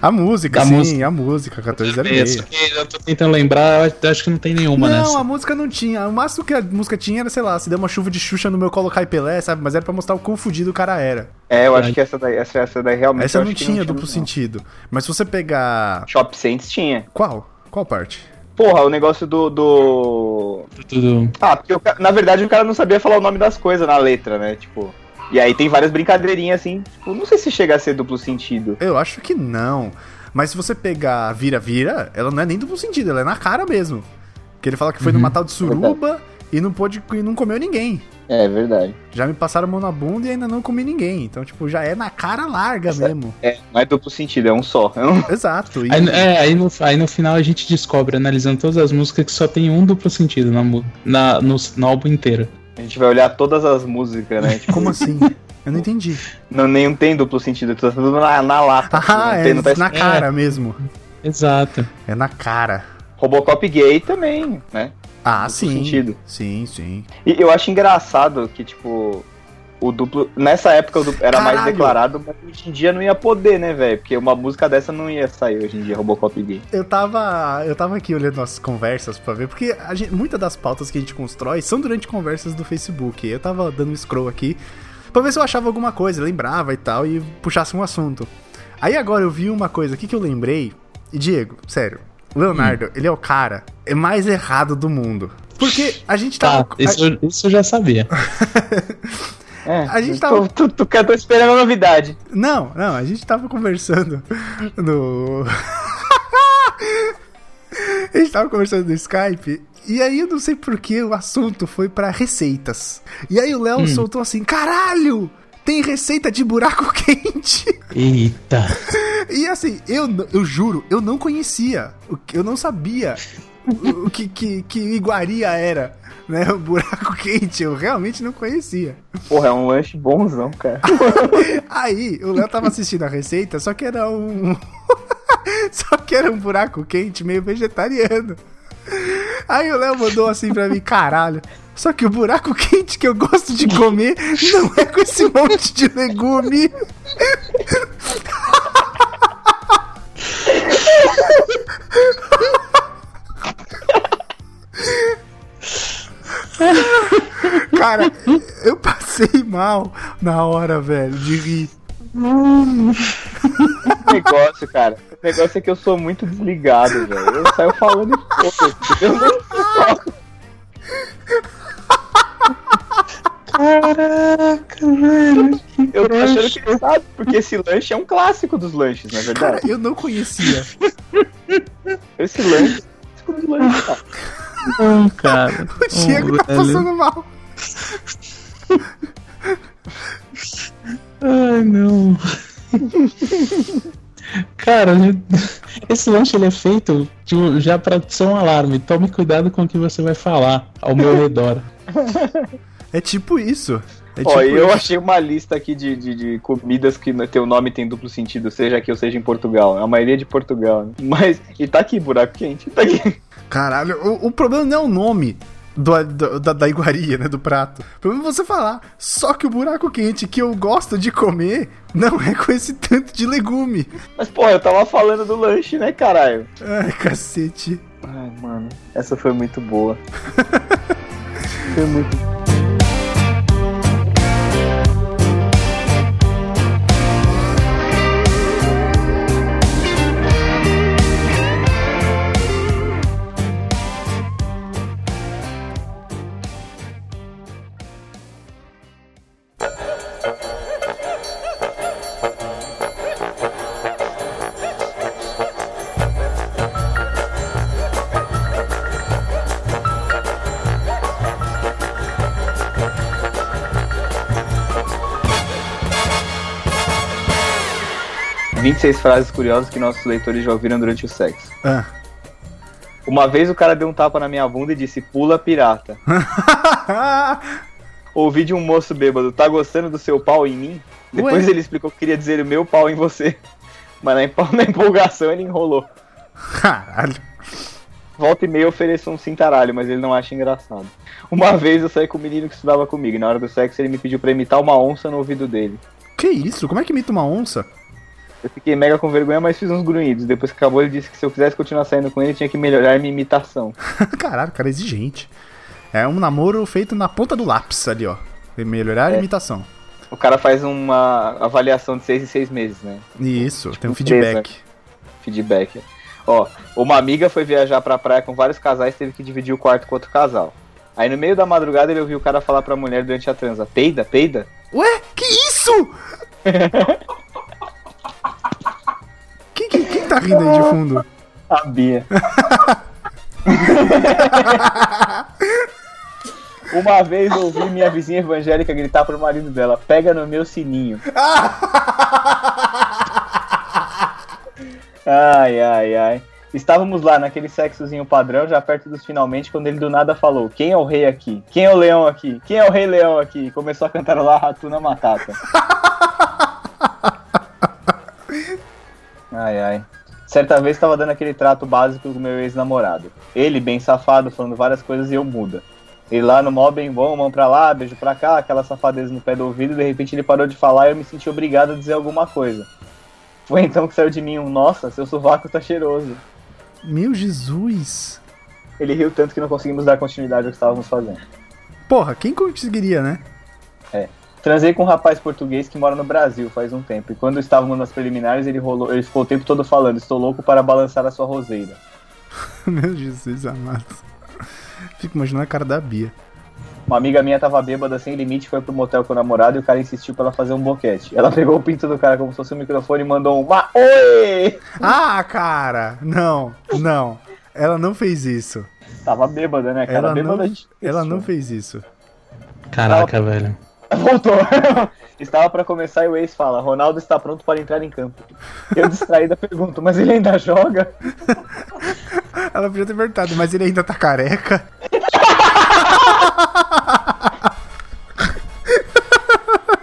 A música,
Da
sim,
música.
a música, 14 era
Só que eu tô tentando lembrar, eu acho que não tem nenhuma
Não,
nessa.
a música não tinha. O máximo que a música tinha era, sei lá, se der uma chuva de Xuxa no meu colocar e Pelé, sabe? Mas era pra mostrar o quão fudido o cara era.
É, eu acho que essa daí, essa, essa daí realmente.
Essa
eu
não
acho que
tinha duplo
não.
sentido. Mas se você pegar.
Shop Saints tinha.
Qual? Qual parte?
Porra, o negócio do- do...
Tá Tudo.
Ah, porque o ca- na verdade o cara não sabia falar o nome das coisas na letra, né? Tipo. E aí tem várias brincadeirinhas assim, tipo, não sei se chega a ser duplo sentido.
Eu acho que não. Mas se você pegar vira-vira, ela não é nem duplo sentido, ela é na cara mesmo. Que ele fala que foi no
Uhum.
numa tal de suruba e não pôde e não comeu ninguém.
É verdade.
Já me passaram a mão na bunda e ainda não comi ninguém. Então, tipo, já é na cara larga
Essa-
mesmo.
É, não é duplo sentido, é um só. É um-
Exato. E,
Aí, é, aí no, aí no final a gente descobre, analisando todas as músicas, que só tem um duplo sentido na, mu- na, no, no álbum inteiro.
A gente vai olhar todas as músicas, né? Tipo,
Como assim? Eu não entendi.
não, nenhum tem duplo sentido, tá tudo na, na lata.
Ah,
não
é
tem, não tá
na
escrito.
cara mesmo.
Exato.
É na cara.
Robocop gay também, né?
Ah,
Duplo
sim.
sentido.
Sim, sim.
E eu acho engraçado que, tipo, o duplo. Nessa época o duplo era mais
Caralho!
declarado, mas hoje em dia não ia poder, né, velho? Porque uma música dessa não ia sair hoje em dia, Robocop gay.
Eu tava, eu tava aqui olhando nossas conversas pra ver, porque a gente- muitas das pautas que a gente constrói são durante conversas do Facebook. Eu tava dando um scroll aqui pra ver se eu achava alguma coisa, lembrava e tal, e puxasse um assunto. Aí agora eu vi uma coisa aqui que eu lembrei. E, Diego, sério, Leonardo, ele é o cara mais errado do mundo. Porque a gente tava.
Tá, isso, eu- isso eu já sabia.
É,
A gente
eu
tava-
tô, tô, tô- tô esperando a novidade.
Não, não, a gente tava conversando no. a gente tava conversando no Skype. E aí eu não sei porquê o assunto foi pra receitas. E aí o Léo soltou assim: caralho! Tem receita de buraco quente!
Eita.
E assim, eu, n- eu juro, eu não conhecia. o que- Eu não sabia o o que, que, que iguaria era, né? O buraco quente. Eu realmente não conhecia.
Porra, é um lanche bonzão, cara.
Aí, o Léo tava assistindo a receita, só que era um. só que era um buraco quente, meio vegetariano. Aí o Léo mandou assim pra mim, caralho. Só que o buraco quente que eu gosto de comer não é com esse monte de legume. Cara, eu passei mal na hora, velho, de rir.
O negócio, cara. O negócio é que eu sou muito desligado, velho. Eu saio falando e foda-se. Eu nem
Caraca, velho.
Eu tô achando interessado, porque esse lanche é um clássico dos lanches, na
Cara,
verdade.
eu não conhecia.
Esse lanche é um clássico dos lanches, cara.
Não, cara.
O Diego tá
velho.
passando mal.
Ai, não. Cara, esse lanche ele é feito tipo, já pra ser um alarme. Tome cuidado com o que você vai falar ao meu redor.
É tipo isso. É tipo
Ó, eu
isso.
achei uma lista aqui de, de, de comidas que no- teu nome tem duplo sentido, seja aqui ou seja em Portugal. A maioria é de Portugal, né? Mas. E tá aqui, buraco quente. Tá aqui.
Caralho, o, o problema não é o nome do, do- da, da iguaria, né? Do prato. O problema é você falar. Só que o buraco quente que eu gosto de comer não é com esse tanto de legume.
Mas, porra, eu tava falando do lanche, né, caralho?
Ai, cacete.
Ai, mano. Essa foi muito boa. foi muito boa. 26 frases curiosas que nossos leitores já ouviram durante o sexo.
Ah.
Uma vez o cara deu um tapa na minha bunda e disse: pula pirata. Ouvi de um moço bêbado, tá gostando do seu pau em mim? Depois
Ué?
ele explicou que queria dizer o meu pau em você. Mas na, empo- na empolgação ele enrolou.
Caralho.
Volta e meia ofereço um cintaralho, mas ele não acha engraçado. Uma vez eu saí com um menino que estudava comigo, e na hora do sexo ele me pediu pra imitar uma onça no ouvido dele.
Que isso? Como é que imita uma onça?
Eu fiquei mega com vergonha, mas fiz uns grunhidos. Depois que acabou, ele disse que se eu quisesse continuar saindo com ele, tinha que melhorar minha imitação.
Caralho, cara, é exigente. É um namoro feito na ponta do lápis ali, ó. Melhorar a imitação.
O cara faz uma avaliação de seis em seis meses, né?
Isso, tem um
Tipo, presa.
feedback.
feedback. Ó, uma amiga foi viajar pra praia com vários casais, teve que dividir o quarto com outro casal. Aí no meio da madrugada ele ouviu o cara falar pra mulher durante a transa: peida, peida?
Ué, que isso? quem, quem, quem tá rindo aí de fundo?
A Bia. Uma vez ouvi minha vizinha evangélica gritar pro marido dela: pega no meu sininho. Ai, ai, ai. Estávamos lá naquele sexozinho padrão, já perto dos finalmente, quando ele do nada falou: Quem é o rei aqui? Quem é o leão aqui? Quem é o rei leão aqui? E começou a cantar lá Ratuna Matata. ai, ai. Certa vez estava dando aquele trato básico do meu ex-namorado. Ele, bem safado, falando várias coisas e eu muda. Ele lá no mó bem bom, mão pra lá, beijo pra cá, aquela safadeza no pé do ouvido, e de repente ele parou de falar e eu me senti obrigado a dizer alguma coisa. Foi então que saiu de mim um, nossa, seu sovaco tá cheiroso.
Meu Jesus.
Ele riu tanto que não conseguimos dar continuidade ao que estávamos fazendo.
Porra, quem conseguiria, né?
Transei com um rapaz português que mora no Brasil faz um tempo, e quando estávamos nas preliminares, ele, rolou, ele ficou o tempo todo falando, estou louco para balançar a sua roseira.
Meu Jesus amado. Fico imaginando a cara da Bia.
Uma amiga minha tava bêbada sem limite, foi pro motel com o namorado e o cara insistiu pra ela fazer um boquete. Ela pegou o pinto do cara como se fosse um microfone e mandou um "Ma- Oi!
Ah, cara! Não, não. Ela não fez isso.
Tava bêbada, né, cara?
Ela
bêbada
não,
a gente-
ela não fez isso.
Caraca, velho.
Voltou. Estava pra começar e o ex fala: Ronaldo está pronto para entrar em campo. Eu distraída pergunto: Mas ele ainda joga?
Ela podia ter perguntado, mas ele ainda tá careca.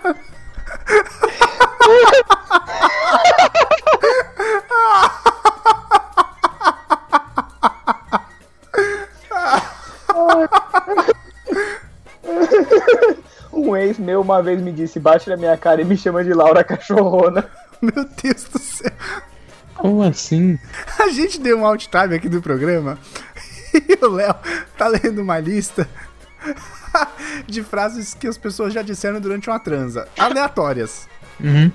Um ex meu uma vez me disse: Bate na minha cara e me chama de Laura Cachorrona.
Meu Deus do céu.
Como assim?
A gente deu um out time aqui do programa e o Léo tá lendo uma lista de frases que as pessoas já disseram durante uma transa. Aleatórias.
Uhum.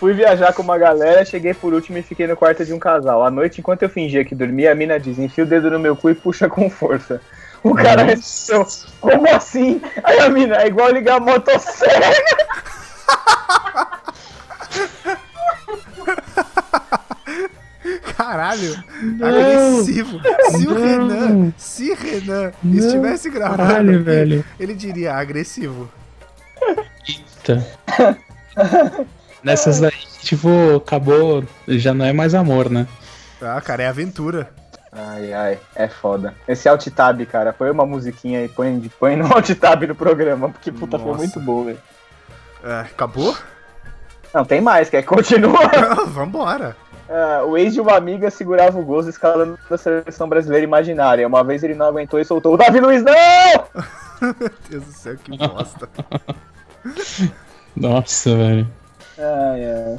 Fui viajar com uma galera, cheguei por último e fiquei no quarto de um casal. À noite, enquanto eu fingia que dormia, a mina diz: Enfia o dedo no meu cu e puxa com força. O cara respondeu: Como assim? Aí a mina: É igual ligar a motosserra.
Caralho, agressivo. Se o
Não.
Renan, se Renan
Não.
estivesse gravando,
Caralho,
aqui,
velho.
ele diria agressivo.
Eita. Tá. Nessas daí, tipo, acabou. Já não é mais amor, né?
Ah, cara, é aventura.
Ai, ai, é foda. Esse alt tab, cara, põe uma musiquinha aí, põe, põe no alt tab do programa, porque puta, foi
Nossa.
muito bom, velho.
É, acabou?
Não, tem mais, quer que continua?
Vambora.
Ah, o ex de uma amiga segurava o gozo escalando a seleção brasileira imaginária. Uma vez ele não aguentou e soltou o Davi Luiz, não!
Meu Deus do céu, que bosta.
Nossa, velho.
Ai, ai.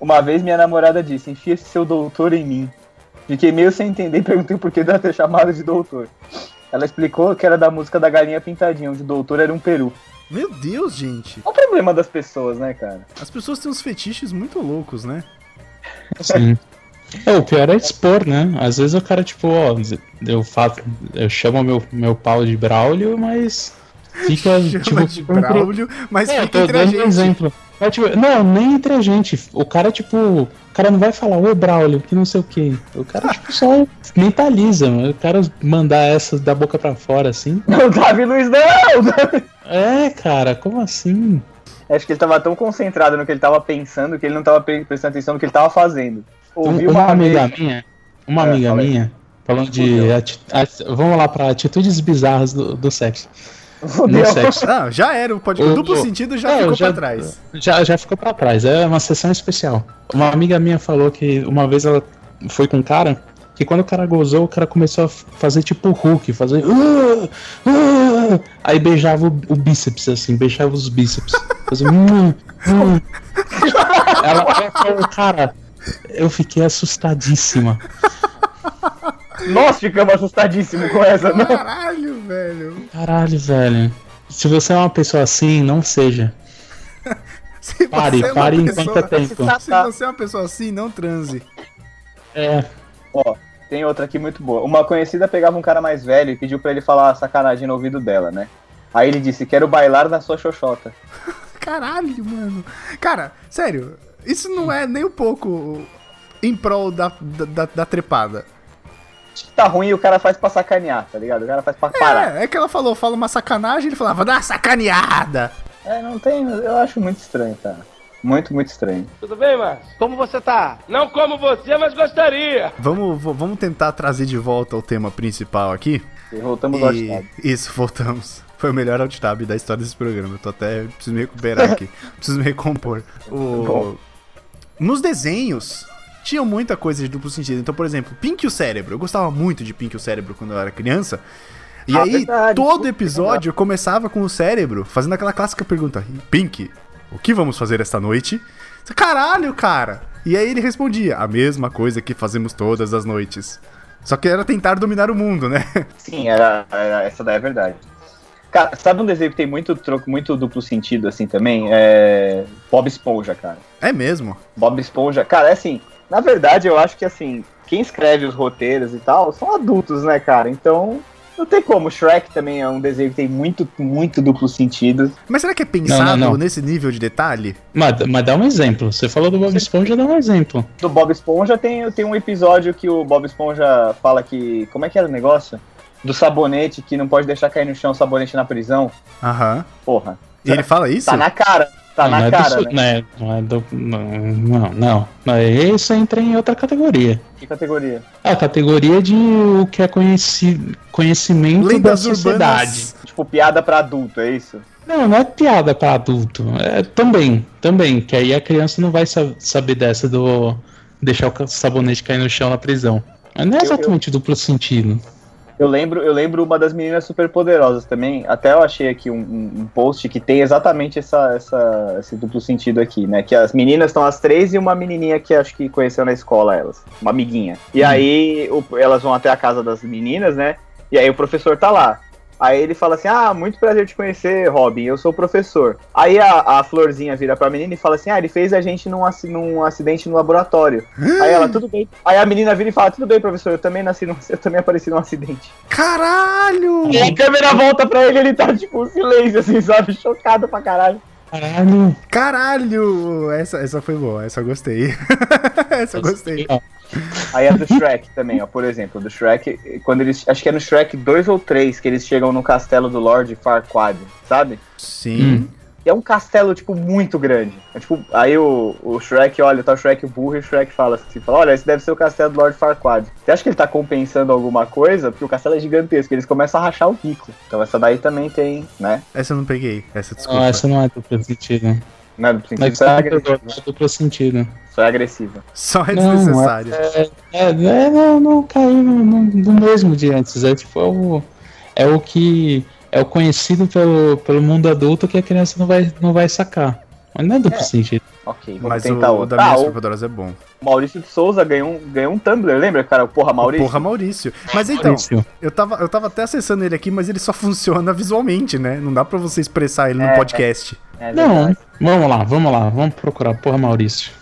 Uma vez minha namorada disse, enfia esse seu doutor em mim. Fiquei meio sem entender e perguntei por que dela ter chamado de doutor. Ela explicou que era da música da Galinha Pintadinha, onde o doutor era um peru.
Meu Deus, gente.
Qual o problema das pessoas, né, cara?
As pessoas têm uns fetiches muito loucos, né?
Sim. É, o pior é expor, né? Às vezes o cara, tipo, ó, eu, faço, eu chamo meu, meu pau de Braulio, mas fica,
Chama
tipo,
de
fica entre-
Braulio, mas
É,
fica
tô
entre a
dando um
gente.
exemplo. Mas, tipo, não, nem entre a gente. O cara, tipo, o cara não vai falar, ô Braulio, que não sei o que. O cara, tipo, só mentaliza, mano. O cara mandar essa da boca pra fora, assim.
O Davi Luiz, não!
É, cara, como assim?
Acho que ele tava tão concentrado no que ele tava pensando que ele não tava pre- prestando atenção no que ele tava fazendo. Ouvi
Um- uma
uma
amiga
vez...
minha, uma
É,
amiga
fala aí.
minha, falando de.
Fudeu.
ati- ati- vamos lá pra atitudes bizarras do, do sexo.
Fudeu.
No sexo.
Ah, já era. O podcast
Ô,
duplo
ô.
sentido já
É, eu
ficou pra trás.
Já, já ficou pra trás. É uma sessão especial. Uma amiga minha falou que uma vez ela foi com um cara que quando o cara gozou, o cara começou a f- fazer tipo Hulk, fazer. "Ah, ah", aí beijava o, o bíceps, assim, beijava os bíceps. Fazia. "Hum, hum". ela, ela falou, cara, eu fiquei assustadíssima.
Nós ficamos assustadíssimos com essa, né?
Caralho, velho.
Caralho, velho. Se você é uma pessoa assim, não seja.
Se
Pare,
você é uma
pare enquanto é
pessoa...
tempo.
Se você é uma pessoa assim, não transe.
É,
Ó, tem outra aqui muito boa. Uma conhecida pegava um cara mais velho e pediu pra ele falar sacanagem no ouvido dela, né? Aí ele disse, quero bailar na sua xoxota.
Caralho, mano. Cara, sério, isso não é nem um pouco em prol da, da, da- da trepada.
Tá ruim e o cara faz pra sacanear, tá ligado? O cara faz pra parar.
É, é que ela falou, fala uma sacanagem, ele falava, dá uma sacaneada.
É, não tem... Eu acho muito estranho, cara. Muito, muito estranho.
Tudo bem, Márcio? Como você tá? Não como você, mas gostaria.
Vamos, v- vamos tentar trazer de volta o tema principal aqui.
E voltamos ao
E-
estado.
Isso, voltamos. Foi o melhor alt tab da história desse programa. Eu tô até. Preciso me recuperar aqui. preciso me recompor. O...
Bom.
Nos desenhos, tinha muita coisa de duplo sentido. Então, por exemplo, Pink e o Cérebro. Eu gostava muito de Pink e o Cérebro quando eu era criança. E
Ah,
aí,
verdade.
todo episódio começava com o cérebro fazendo aquela clássica pergunta: Pink, o que vamos fazer esta noite? Caralho, cara! E aí ele respondia: a mesma coisa que fazemos todas as noites. Só que era tentar dominar o mundo, né?
Sim, era, era- essa daí é verdade. Cara, sabe um desenho que tem muito troco, muito duplo sentido, assim, também? É... Bob Esponja, cara.
É mesmo.
Bob Esponja. Cara, é assim, na verdade eu acho que assim, quem escreve os roteiros e tal são adultos, né, cara? Então, não tem como. Shrek também é um desenho que tem muito, muito duplo sentido.
Mas será que é pensado
não.
nesse nível de detalhe?
mas, mas dá um exemplo. Você falou do Bob Esponja, dá um exemplo.
Do Bob Esponja tem, tem um episódio que o Bob Esponja fala que. Como é que era o negócio? Do sabonete que não pode deixar cair no chão o sabonete na prisão.
Aham.
Porra,
E ele fala isso?
tá na cara. Tá
não,
na
é do
cara,
su-
né?
né, Não é do. Não, não, não. Não, Isso entra em outra categoria.
Que categoria?
A categoria de o que é conheci, conhecimento
Lendas
da sociedade.
urbanas.
Tipo, piada pra adulto, é isso?
Não, não é piada pra adulto. É, também, também. Que aí a criança não vai sa- saber dessa do deixar o ca- sabonete cair no chão na prisão. Mas não é
Eu-
exatamente duplo sentido.
Eu lembro, eu lembro uma das meninas superpoderosas também. Até eu achei aqui um, um- um post que tem exatamente essa, essa- esse duplo sentido aqui, né? Que as meninas estão as três e uma menininha que acho que conheceu na escola elas, uma amiguinha. E aí o- elas vão até a casa das meninas, né? E aí o professor tá lá. Aí ele fala assim: Ah, muito prazer te conhecer, Robin. Eu sou o professor. Aí a, a florzinha vira pra menina e fala assim: Ah, ele fez a gente num, aci- num acidente no laboratório. Aí ela, tudo bem. Aí a menina vira e fala: Tudo bem, professor, eu também nasci num, eu também apareci num acidente.
Caralho!
E a câmera volta pra ele, ele tá tipo silêncio, assim, sabe? Chocado pra caralho.
Caralho.
Caralho! Essa, essa foi boa, essa eu gostei. essa eu gostei.
Aí a do Shrek também, ó. Por exemplo, do Shrek, quando eles. Acho que é no Shrek 2 ou 3 que eles chegam no castelo do Lord Farquaad, sabe?
Sim.
Hum.
E é um castelo, tipo, muito grande. É, tipo, aí o, o Shrek olha, tá o Shrek burro e o Shrek fala assim, fala, olha, esse deve ser o castelo do Lord Farquaad. Você acha que ele tá compensando alguma coisa? Porque o castelo é gigantesco, eles começam a rachar o bico. Então essa daí também tem, né?
Essa eu não peguei. Essa desculpa.
Não, essa não é duplo sentido.
Não é do sentido,
Mas
isso é
tá perdoado,
agressivo.
é duplo sentido.
Só é agressivo.
Só é
Não,
desnecessária.
É, é, não, não caiu no, no- no mesmo de antes. É tipo, é o, é o que é o conhecido pelo, pelo mundo adulto que a criança não vai, não vai sacar. Mas não é duplo sentido.
Ok, vamos
Mas
tá
tentar
o, o
outra.
da
Ah,
Minhas
o
Superpoderosas é bom.
Maurício de Souza ganhou um, ganhou um Tumblr, lembra, cara? O Porra Maurício.
Porra, Maurício. Mas então,
Maurício.
eu tava, eu tava até acessando ele aqui, mas ele só funciona visualmente, né? Não dá pra você expressar ele no
É.
podcast.
É
Não,
verdade.
vamos lá, vamos lá, vamos procurar. Porra, Maurício.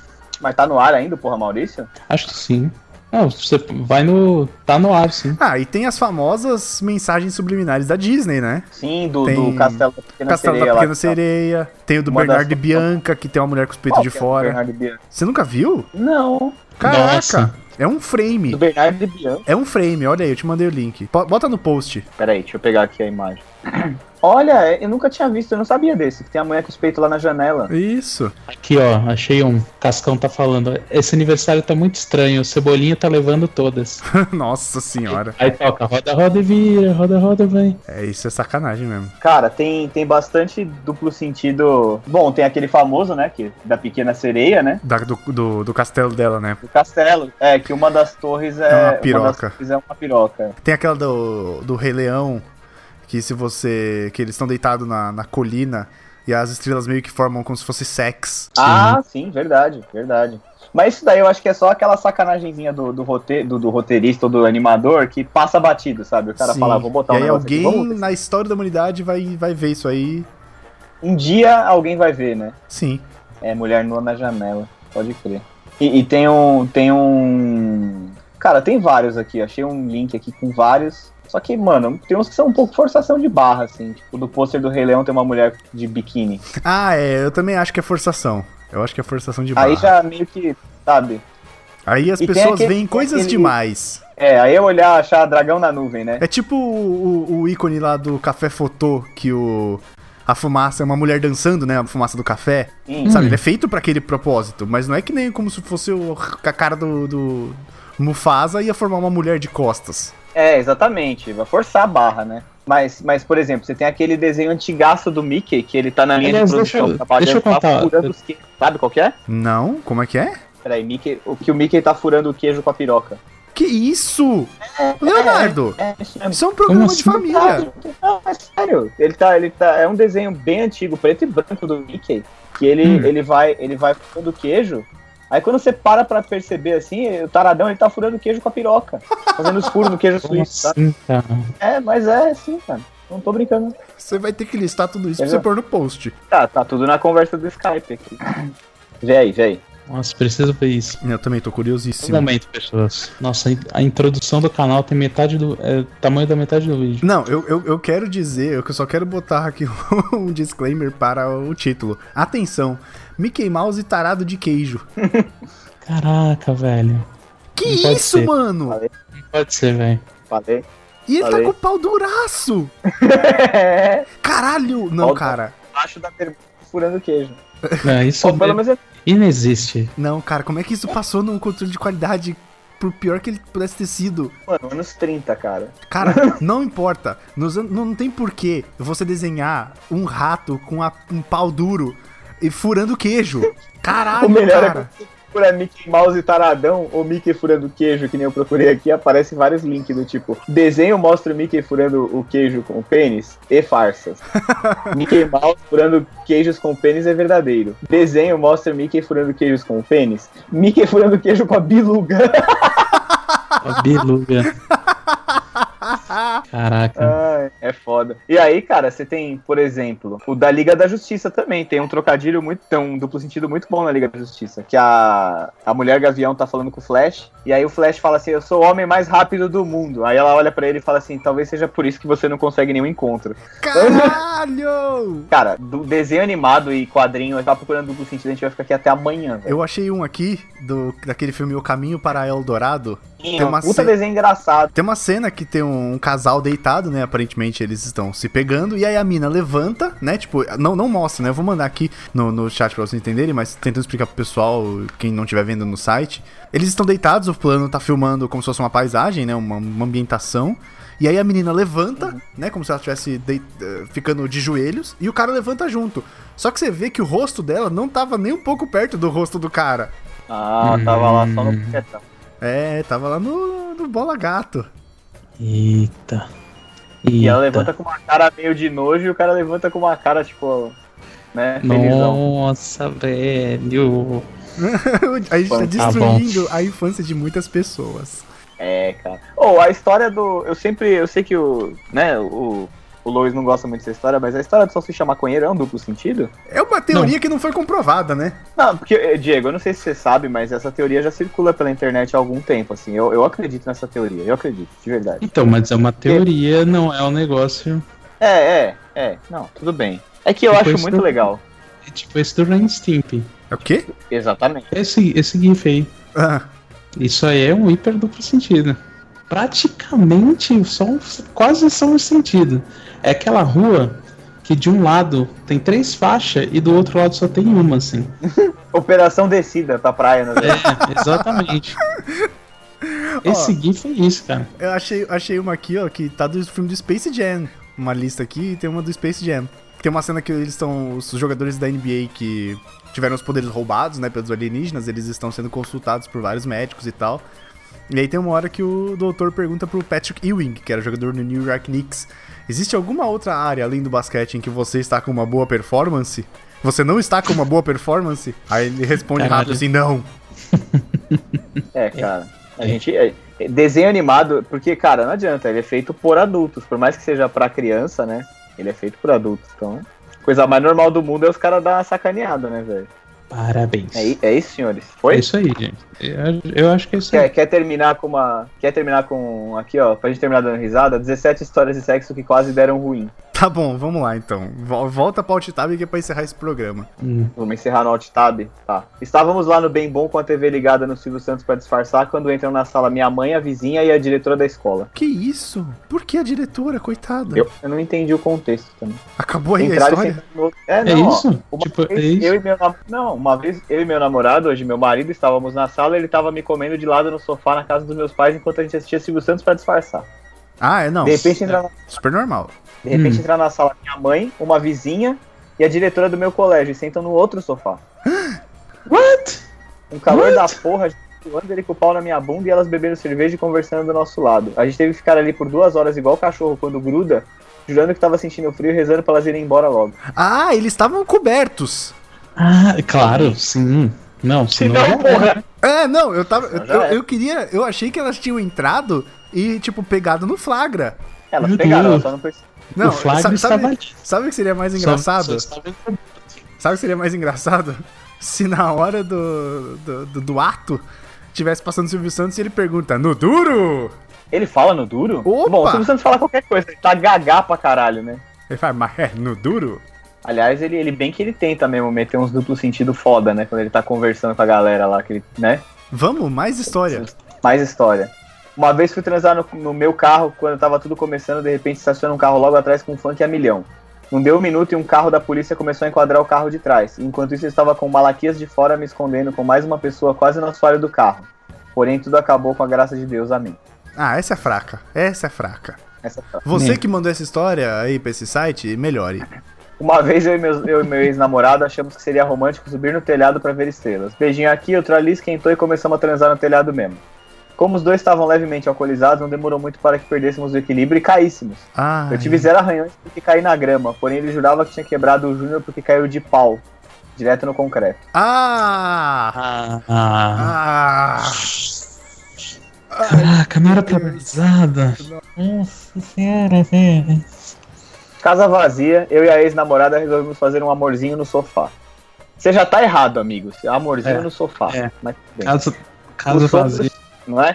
Mas tá no ar ainda o Porra Maurício?
Acho que sim. Não, você vai no. Tá no ar, sim.
Ah, e tem as famosas mensagens subliminares da Disney, né?
Sim, do,
Tem-
do Castelo da Pequena
Castelo
Sereia.
da
lá
Pequena
que tá.
Sereia, tem o do
Uma das-
Bernardo e Bianca, que tem uma mulher com os peitos
Qual
de
que é o
fora.
Bernardo e Bianca?
Você nunca viu?
Não,
Caraca!
Nossa.
É um frame.
do Bernardo e Bianca.
É um frame, olha aí, eu te mandei o link. Po- Bota no post.
Peraí, deixa eu pegar aqui a imagem. Olha, eu nunca tinha visto, eu não sabia desse, que tem a mulher com os peitos lá na janela.
Isso.
Aqui, ó, achei um. Cascão tá falando. Esse aniversário tá muito estranho. O Cebolinha tá levando todas.
Nossa senhora.
Aí toca, roda, roda e vira, roda, roda, vai.
É, isso é sacanagem mesmo.
Cara, tem, tem bastante duplo sentido. Bom, tem aquele famoso, né, que, da Pequena Sereia, né?
Da- do, do- do castelo dela, né?
Do castelo. É, que uma das torres é.
É uma
Uma das
piroca.
torres é uma piroca.
Tem aquela do, do Rei Leão, que se você. que eles estão deitados na, na colina e as estrelas meio que formam como se fosse sex.
Ah, sim, verdade, verdade. Mas isso daí eu acho que é só aquela sacanagemzinha do, do, rote, do, do roteirista ou do animador que passa batido, sabe? O cara
Sim.
fala, "Ah, vou botar
E
um
aí
negócio aqui,
alguém
vamos ver se-"
na história da humanidade vai, vai ver isso aí.
Um dia alguém vai ver, né?
Sim.
É, mulher nua na janela, pode crer. E, e tem um. Tem um. Cara, tem vários aqui. Achei um link aqui com vários. Só que, mano, tem uns que são um pouco forçação de barra, assim. Tipo, do pôster do Rei Leão tem uma mulher de biquíni.
Ah, é, eu também acho que é forçação. Eu acho que é forçação de barra.
Aí já meio que, sabe?
Aí as
E tem
pessoas
aquele-
veem coisas
aquele-
demais.
É, aí eu olhar, achar dragão na nuvem, né?
É tipo o, o- o ícone lá do café fotô, que o. A fumaça é uma mulher dançando, né? A fumaça do café.
Hum.
Sim.
Sabe, ele é feito pra aquele propósito, mas não é que nem como se fosse o, a cara do, do Mufasa ia formar uma mulher de costas.
É, exatamente. Vai forçar a barra, né? Mas, mas, por exemplo, você tem aquele desenho antigaço do Mickey, que ele tá na linha
Aliás,
de produção,
deixa eu-
trabalhando,
deixa eu
tá
contar.
furando os queijos. Sabe qual que é?
Não? Como é que é?
Peraí, Mickey, o que o Mickey tá furando o queijo com a piroca.
Que isso? Leonardo,
É, isso mesmo.
isso é um programa de
Como assim?
família.
Não, é sério. Ele tá, ele tá. É um desenho bem antigo, preto e branco do Mickey. Que ele, ele vai, ele vai furando queijo. Aí quando você para pra perceber assim, o taradão ele tá furando queijo com a piroca. Fazendo os furos no queijo
Como
suíço, sabe?
assim, cara?
É, mas é assim, cara. Não tô brincando.
Você vai ter que listar tudo isso
Quer
pra você
ver?
pôr no post.
Tá, tá tudo na conversa do Skype aqui. Vê aí, vê aí.
Nossa, preciso ver isso.
Eu também tô
Um
curiosíssimo.
momento, pessoas. Nossa, a introdução do canal tem metade do. É, tamanho da metade do vídeo.
Não, eu, eu, eu quero dizer, eu só quero botar aqui um disclaimer para o título. Atenção, Mickey Mouse tarado de queijo.
Caraca, velho.
Que
Não pode
isso,
ser.
mano?
Não Pode ser, velho.
Falei.
E ele tá
Falei.
com o pau duraço!
É.
Caralho! Não,
Pau do-
cara.
Acho da pergunta furando queijo.
Não, isso
Ou pelo menos é
inexiste.
Não, cara, como é que isso passou num controle de qualidade por pior que ele pudesse ter sido?
mano, anos 30, cara.
Cara, não importa. Nos an- não, não tem porquê você desenhar um rato com a- um pau duro e furando queijo.
O
Caralho,
melhor é
cara.
quando você procura Mickey Mouse e taradão ou Mickey furando queijo, que nem eu procurei aqui, aparecem vários links do tipo desenho mostra o Mickey furando o queijo com o pênis e farsas. Mickey Mouse furando queijos com pênis é verdadeiro. Desenho mostra Mickey furando queijos com o pênis. Mickey furando queijo com a biluga.
A biluga. Caraca.
Ai, É, é foda. E aí, cara, você tem, por exemplo, o da Liga da Justiça também. Tem um trocadilho muito. Tem um duplo sentido muito bom na Liga da Justiça. Que a, a mulher gavião tá falando com o Flash. E aí o Flash fala assim: Eu sou o homem mais rápido do mundo. Aí ela olha pra ele e fala assim: Talvez seja por isso que você não consegue nenhum encontro.
Caralho!
Cara, do desenho animado e quadrinho, a gente tá procurando duplo sentido, a gente vai ficar aqui até amanhã, velho.
Eu achei um aqui, do, daquele filme O Caminho para El Dourado.
Sim,
tem uma
puta
ce-
desenho engraçado.
Tem uma cena que tem um, um casal deitado, né? Aparentemente eles estão se pegando. E aí a mina levanta, né? Tipo, não, não mostra, né? Eu vou mandar aqui no, no chat pra vocês entenderem, mas tentando explicar pro pessoal, quem não estiver vendo no site. Eles estão deitados, o plano tá filmando como se fosse uma paisagem, né? Uma, uma ambientação. E aí a menina levanta, né? Como se ela estivesse dei- eh, ficando de joelhos. E o cara levanta junto. Só que você vê que o rosto dela não tava nem um pouco perto do rosto do cara.
Ah, tava lá só
Hum.
no projetão.
É, tava lá no, no bola gato.
Eita.
E ela
Eita.
levanta com uma cara meio de nojo e o cara levanta com uma cara, tipo, né, felizão.
Nossa, velho.
a gente tá
Bom,
tá
destruindo a infância de muitas pessoas.
É, cara. Ou a história do. Eu sempre. Eu sei que o. né, o. O Lois não gosta muito dessa história, mas a história do Salsicha Maconheiro é um duplo sentido?
É uma teoria que não foi comprovada, né?
Não, porque, eh, Diego, eu não sei se você sabe, mas essa teoria já circula pela internet há algum tempo, assim. Eu, eu acredito nessa teoria, eu acredito, de verdade.
Então, mas é uma teoria, não é um negócio.
É, é, é. Não, tudo bem. É que eu
Depois
acho muito
tu-
legal.
É tipo esse do Ren Stimp.
É o quê?
Exatamente.
Esse, esse GIF aí.
Ah,
Isso aí é um hiper duplo sentido. Praticamente só um- quase são um sentido. É aquela rua que de um lado tem três faixas e do outro lado só tem uma, assim.
Operação descida pra praia, né? velho?
É, exatamente. Esse GIF é isso, cara.
eu achei, achei uma aqui, ó, que tá do filme do Space Jam. Uma lista aqui e tem uma do Space Jam. Tem uma cena que eles estão. Os jogadores da NBA que tiveram os poderes roubados, né, pelos alienígenas, eles estão sendo consultados por vários médicos e tal. E aí tem uma hora que o doutor pergunta pro Patrick Ewing, que era jogador do New York Knicks, existe alguma outra área além do basquete em que você está com uma boa performance? Você não está com uma boa performance? Aí ele responde
Caralho.
rápido assim, não.
É, cara. A gente. é- é desenho animado, porque, cara, não adianta, ele é feito por adultos. Por mais que seja pra criança, né? Ele é feito por adultos. Então, coisa mais normal do mundo é os caras dar uma sacaneada, né, velho?
Parabéns.
É, i- é isso, senhores. Foi?
É isso aí, gente. Eu, eu acho que é isso
Quer,
aí.
quer terminar com uma. Quer terminar com. Aqui, ó, pra gente terminar dando risada, 17 histórias de sexo que quase deram ruim.
Tá bom, vamos lá então. Vol- Volta pra Alt-Tab que é pra encerrar esse programa.
Hum,
Vamos encerrar no alt tab? Tá. Estávamos lá no Bem Bom com a TV ligada no Silvio Santos pra disfarçar quando entram na sala minha mãe, a vizinha e a diretora da escola.
Que isso? Por que a diretora, coitada?
É.
Eu, eu não entendi o contexto também.
Acabou aí a
Entraram e
história?
sentaram no outro. É,
É
não, ó.
isso?
Uma
Tipo, é
vez,
isso?
Eu e meu nam- Não, uma vez eu e meu namorado, hoje meu marido, estávamos na sala ele estava me comendo de lado no sofá na casa dos meus pais enquanto a gente assistia Silvio Santos pra disfarçar.
Ah, é não.
de repente, entrar na,
Super normal.
de repente
Hum.
entrar na sala minha mãe, uma vizinha e a diretora do meu colégio e sentam no outro sofá.
What?
Um calor da porra, a gente suando ele com o pau na minha bunda e elas bebendo cerveja e conversando do nosso lado. A gente teve que ficar ali por duas horas igual cachorro quando gruda, jurando que tava sentindo frio e rezando pra elas irem embora logo.
Ah, eles estavam cobertos.
Ah, claro, sim. Não, senão.
não, porra.
É, não, eu tava. Eu,
Então já
eu-
era.
eu queria. Eu achei que elas tinham entrado e, tipo, pegado no flagra.
Elas
Meu
pegaram,
Deus.
elas só não perceberam.
Não,
o Flávio
sa-
estava
sabe,
ali.
sabe o que seria mais
Só-
engraçado?
só estava encoberto.
Sabe o que seria mais engraçado? Se na hora do, do, do, do ato tivesse passando o Silvio Santos e ele pergunta, no duro?
Ele fala no duro?
Opa!
Bom, o Silvio Santos fala qualquer coisa, ele tá gagá pra caralho, né?
Ele fala, mas é no duro?
Aliás, ele, ele bem que ele tenta mesmo meter uns duplo sentido foda, né? Quando ele tá conversando com a galera lá, que ele, né?
Vamos, mais história.
Mais história. Uma vez fui transar no, no meu carro, quando tava tudo começando, de repente estaciona um carro logo atrás com um funk a milhão. Não deu um minuto e um carro da polícia começou a enquadrar o carro de trás. Enquanto isso, eu estava com o Malaquias de fora me escondendo com mais uma pessoa quase no assoalho do carro. Porém, tudo acabou com a graça de Deus. Amém.
Ah, essa é fraca. Essa é fraca.
Essa é a
Você
É.
que mandou essa história aí pra esse site, melhore.
Uma vez eu e, meus- eu e meu ex-namorado achamos que seria romântico subir no telhado pra ver estrelas. Beijinho aqui, outro ali esquentou e começamos a transar no telhado mesmo. Como os dois estavam levemente alcoolizados, não demorou muito para que perdêssemos o equilíbrio e caíssemos.
Ah,
Eu tive zero arranhões porque caí na grama, porém ele jurava que tinha quebrado o Júnior porque caiu de pau, direto no concreto.
Ah!
Ah, ah.
Ah!
Caraca, não era pra avisada. Nossa tá senhora, velho.
Casa vazia, eu e a ex-namorada resolvemos fazer um amorzinho no sofá. Você já tá errado, amigos. Amorzinho
É,
no sofá.
é.
Mas tudo bem.
Caso, caso
Os sogros-
vazio.
Não é?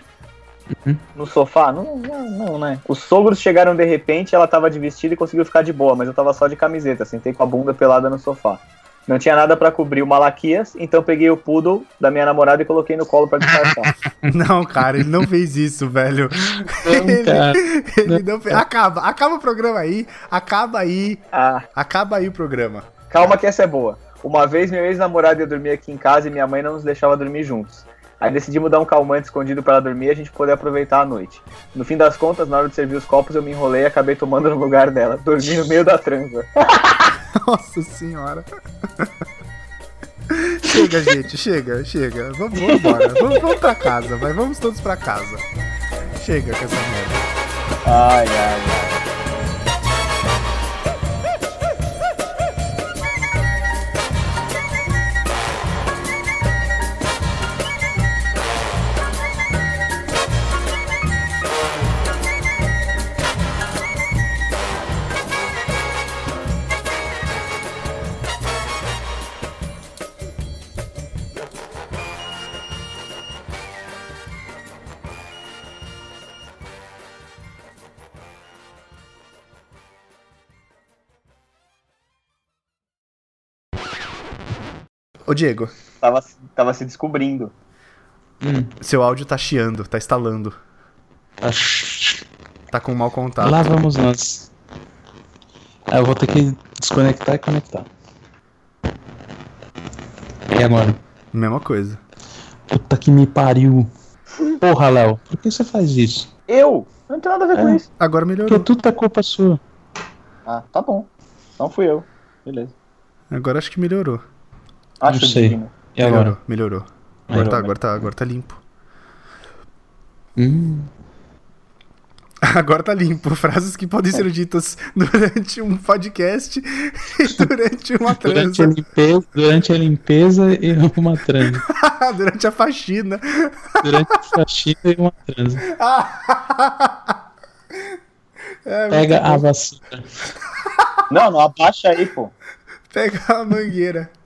Uhum.
No sofá? Não, não, não, né? Os sogros chegaram de repente, ela tava de vestido e conseguiu ficar de boa, mas eu tava só de camiseta, assim, sentei com a bunda pelada no sofá. Não tinha nada pra cobrir o Malaquias, então peguei o poodle da minha namorada e coloquei no colo pra disfarçar.
Não, cara, ele não fez isso, velho.
Não, cara.
Ele não fez. Acaba, acaba o programa aí, acaba aí,
ah,
acaba aí o programa.
Calma que essa é boa. Uma vez meu ex-namorado ia dormir aqui em casa e minha mãe não nos deixava dormir juntos. Aí decidimos dar um calmante escondido pra ela dormir e a gente poder aproveitar a noite. No fim das contas, na hora de servir os copos, eu me enrolei e acabei tomando no lugar dela. Dormi no meio da transa.
Nossa senhora. Chega, gente, chega, chega. Vamos, vamos embora. Vamos, vamos pra casa, vai. Vamos todos pra casa. Chega com essa merda.
Ai, ai, ai.
Ô, Diego,
Tava, tava se descobrindo.
Hum,
seu áudio tá chiando, tá estalando.
acho-
Tá com mau contato.
Lá vamos nós. Ah, eu vou ter que desconectar e conectar. E agora?
Mesma coisa.
Puta que me pariu. Porra, Léo, por que você faz isso?
Eu? Não tem nada a ver com
É.
isso.
Agora
Porque
melhorou.
tudo é culpa sua.
Ah, tá bom. Não fui eu. Beleza.
Agora acho que melhorou.
Acho
Não sei.
digno.
E É, agora?
Melhorou, melhorou. Agora
Melhorou,
tá,
né?
agora tá, agora tá limpo.
Hum,
Agora tá limpo. Frases que podem ser ditas durante um podcast e durante uma
durante,
transa,
um a limpeza, durante a limpeza e uma transa.
Ah, durante a faxina.
Durante a faxina e uma transa.
É,
Pega a vassoura.
Não, não abaixa aí, pô.
Pega a mangueira.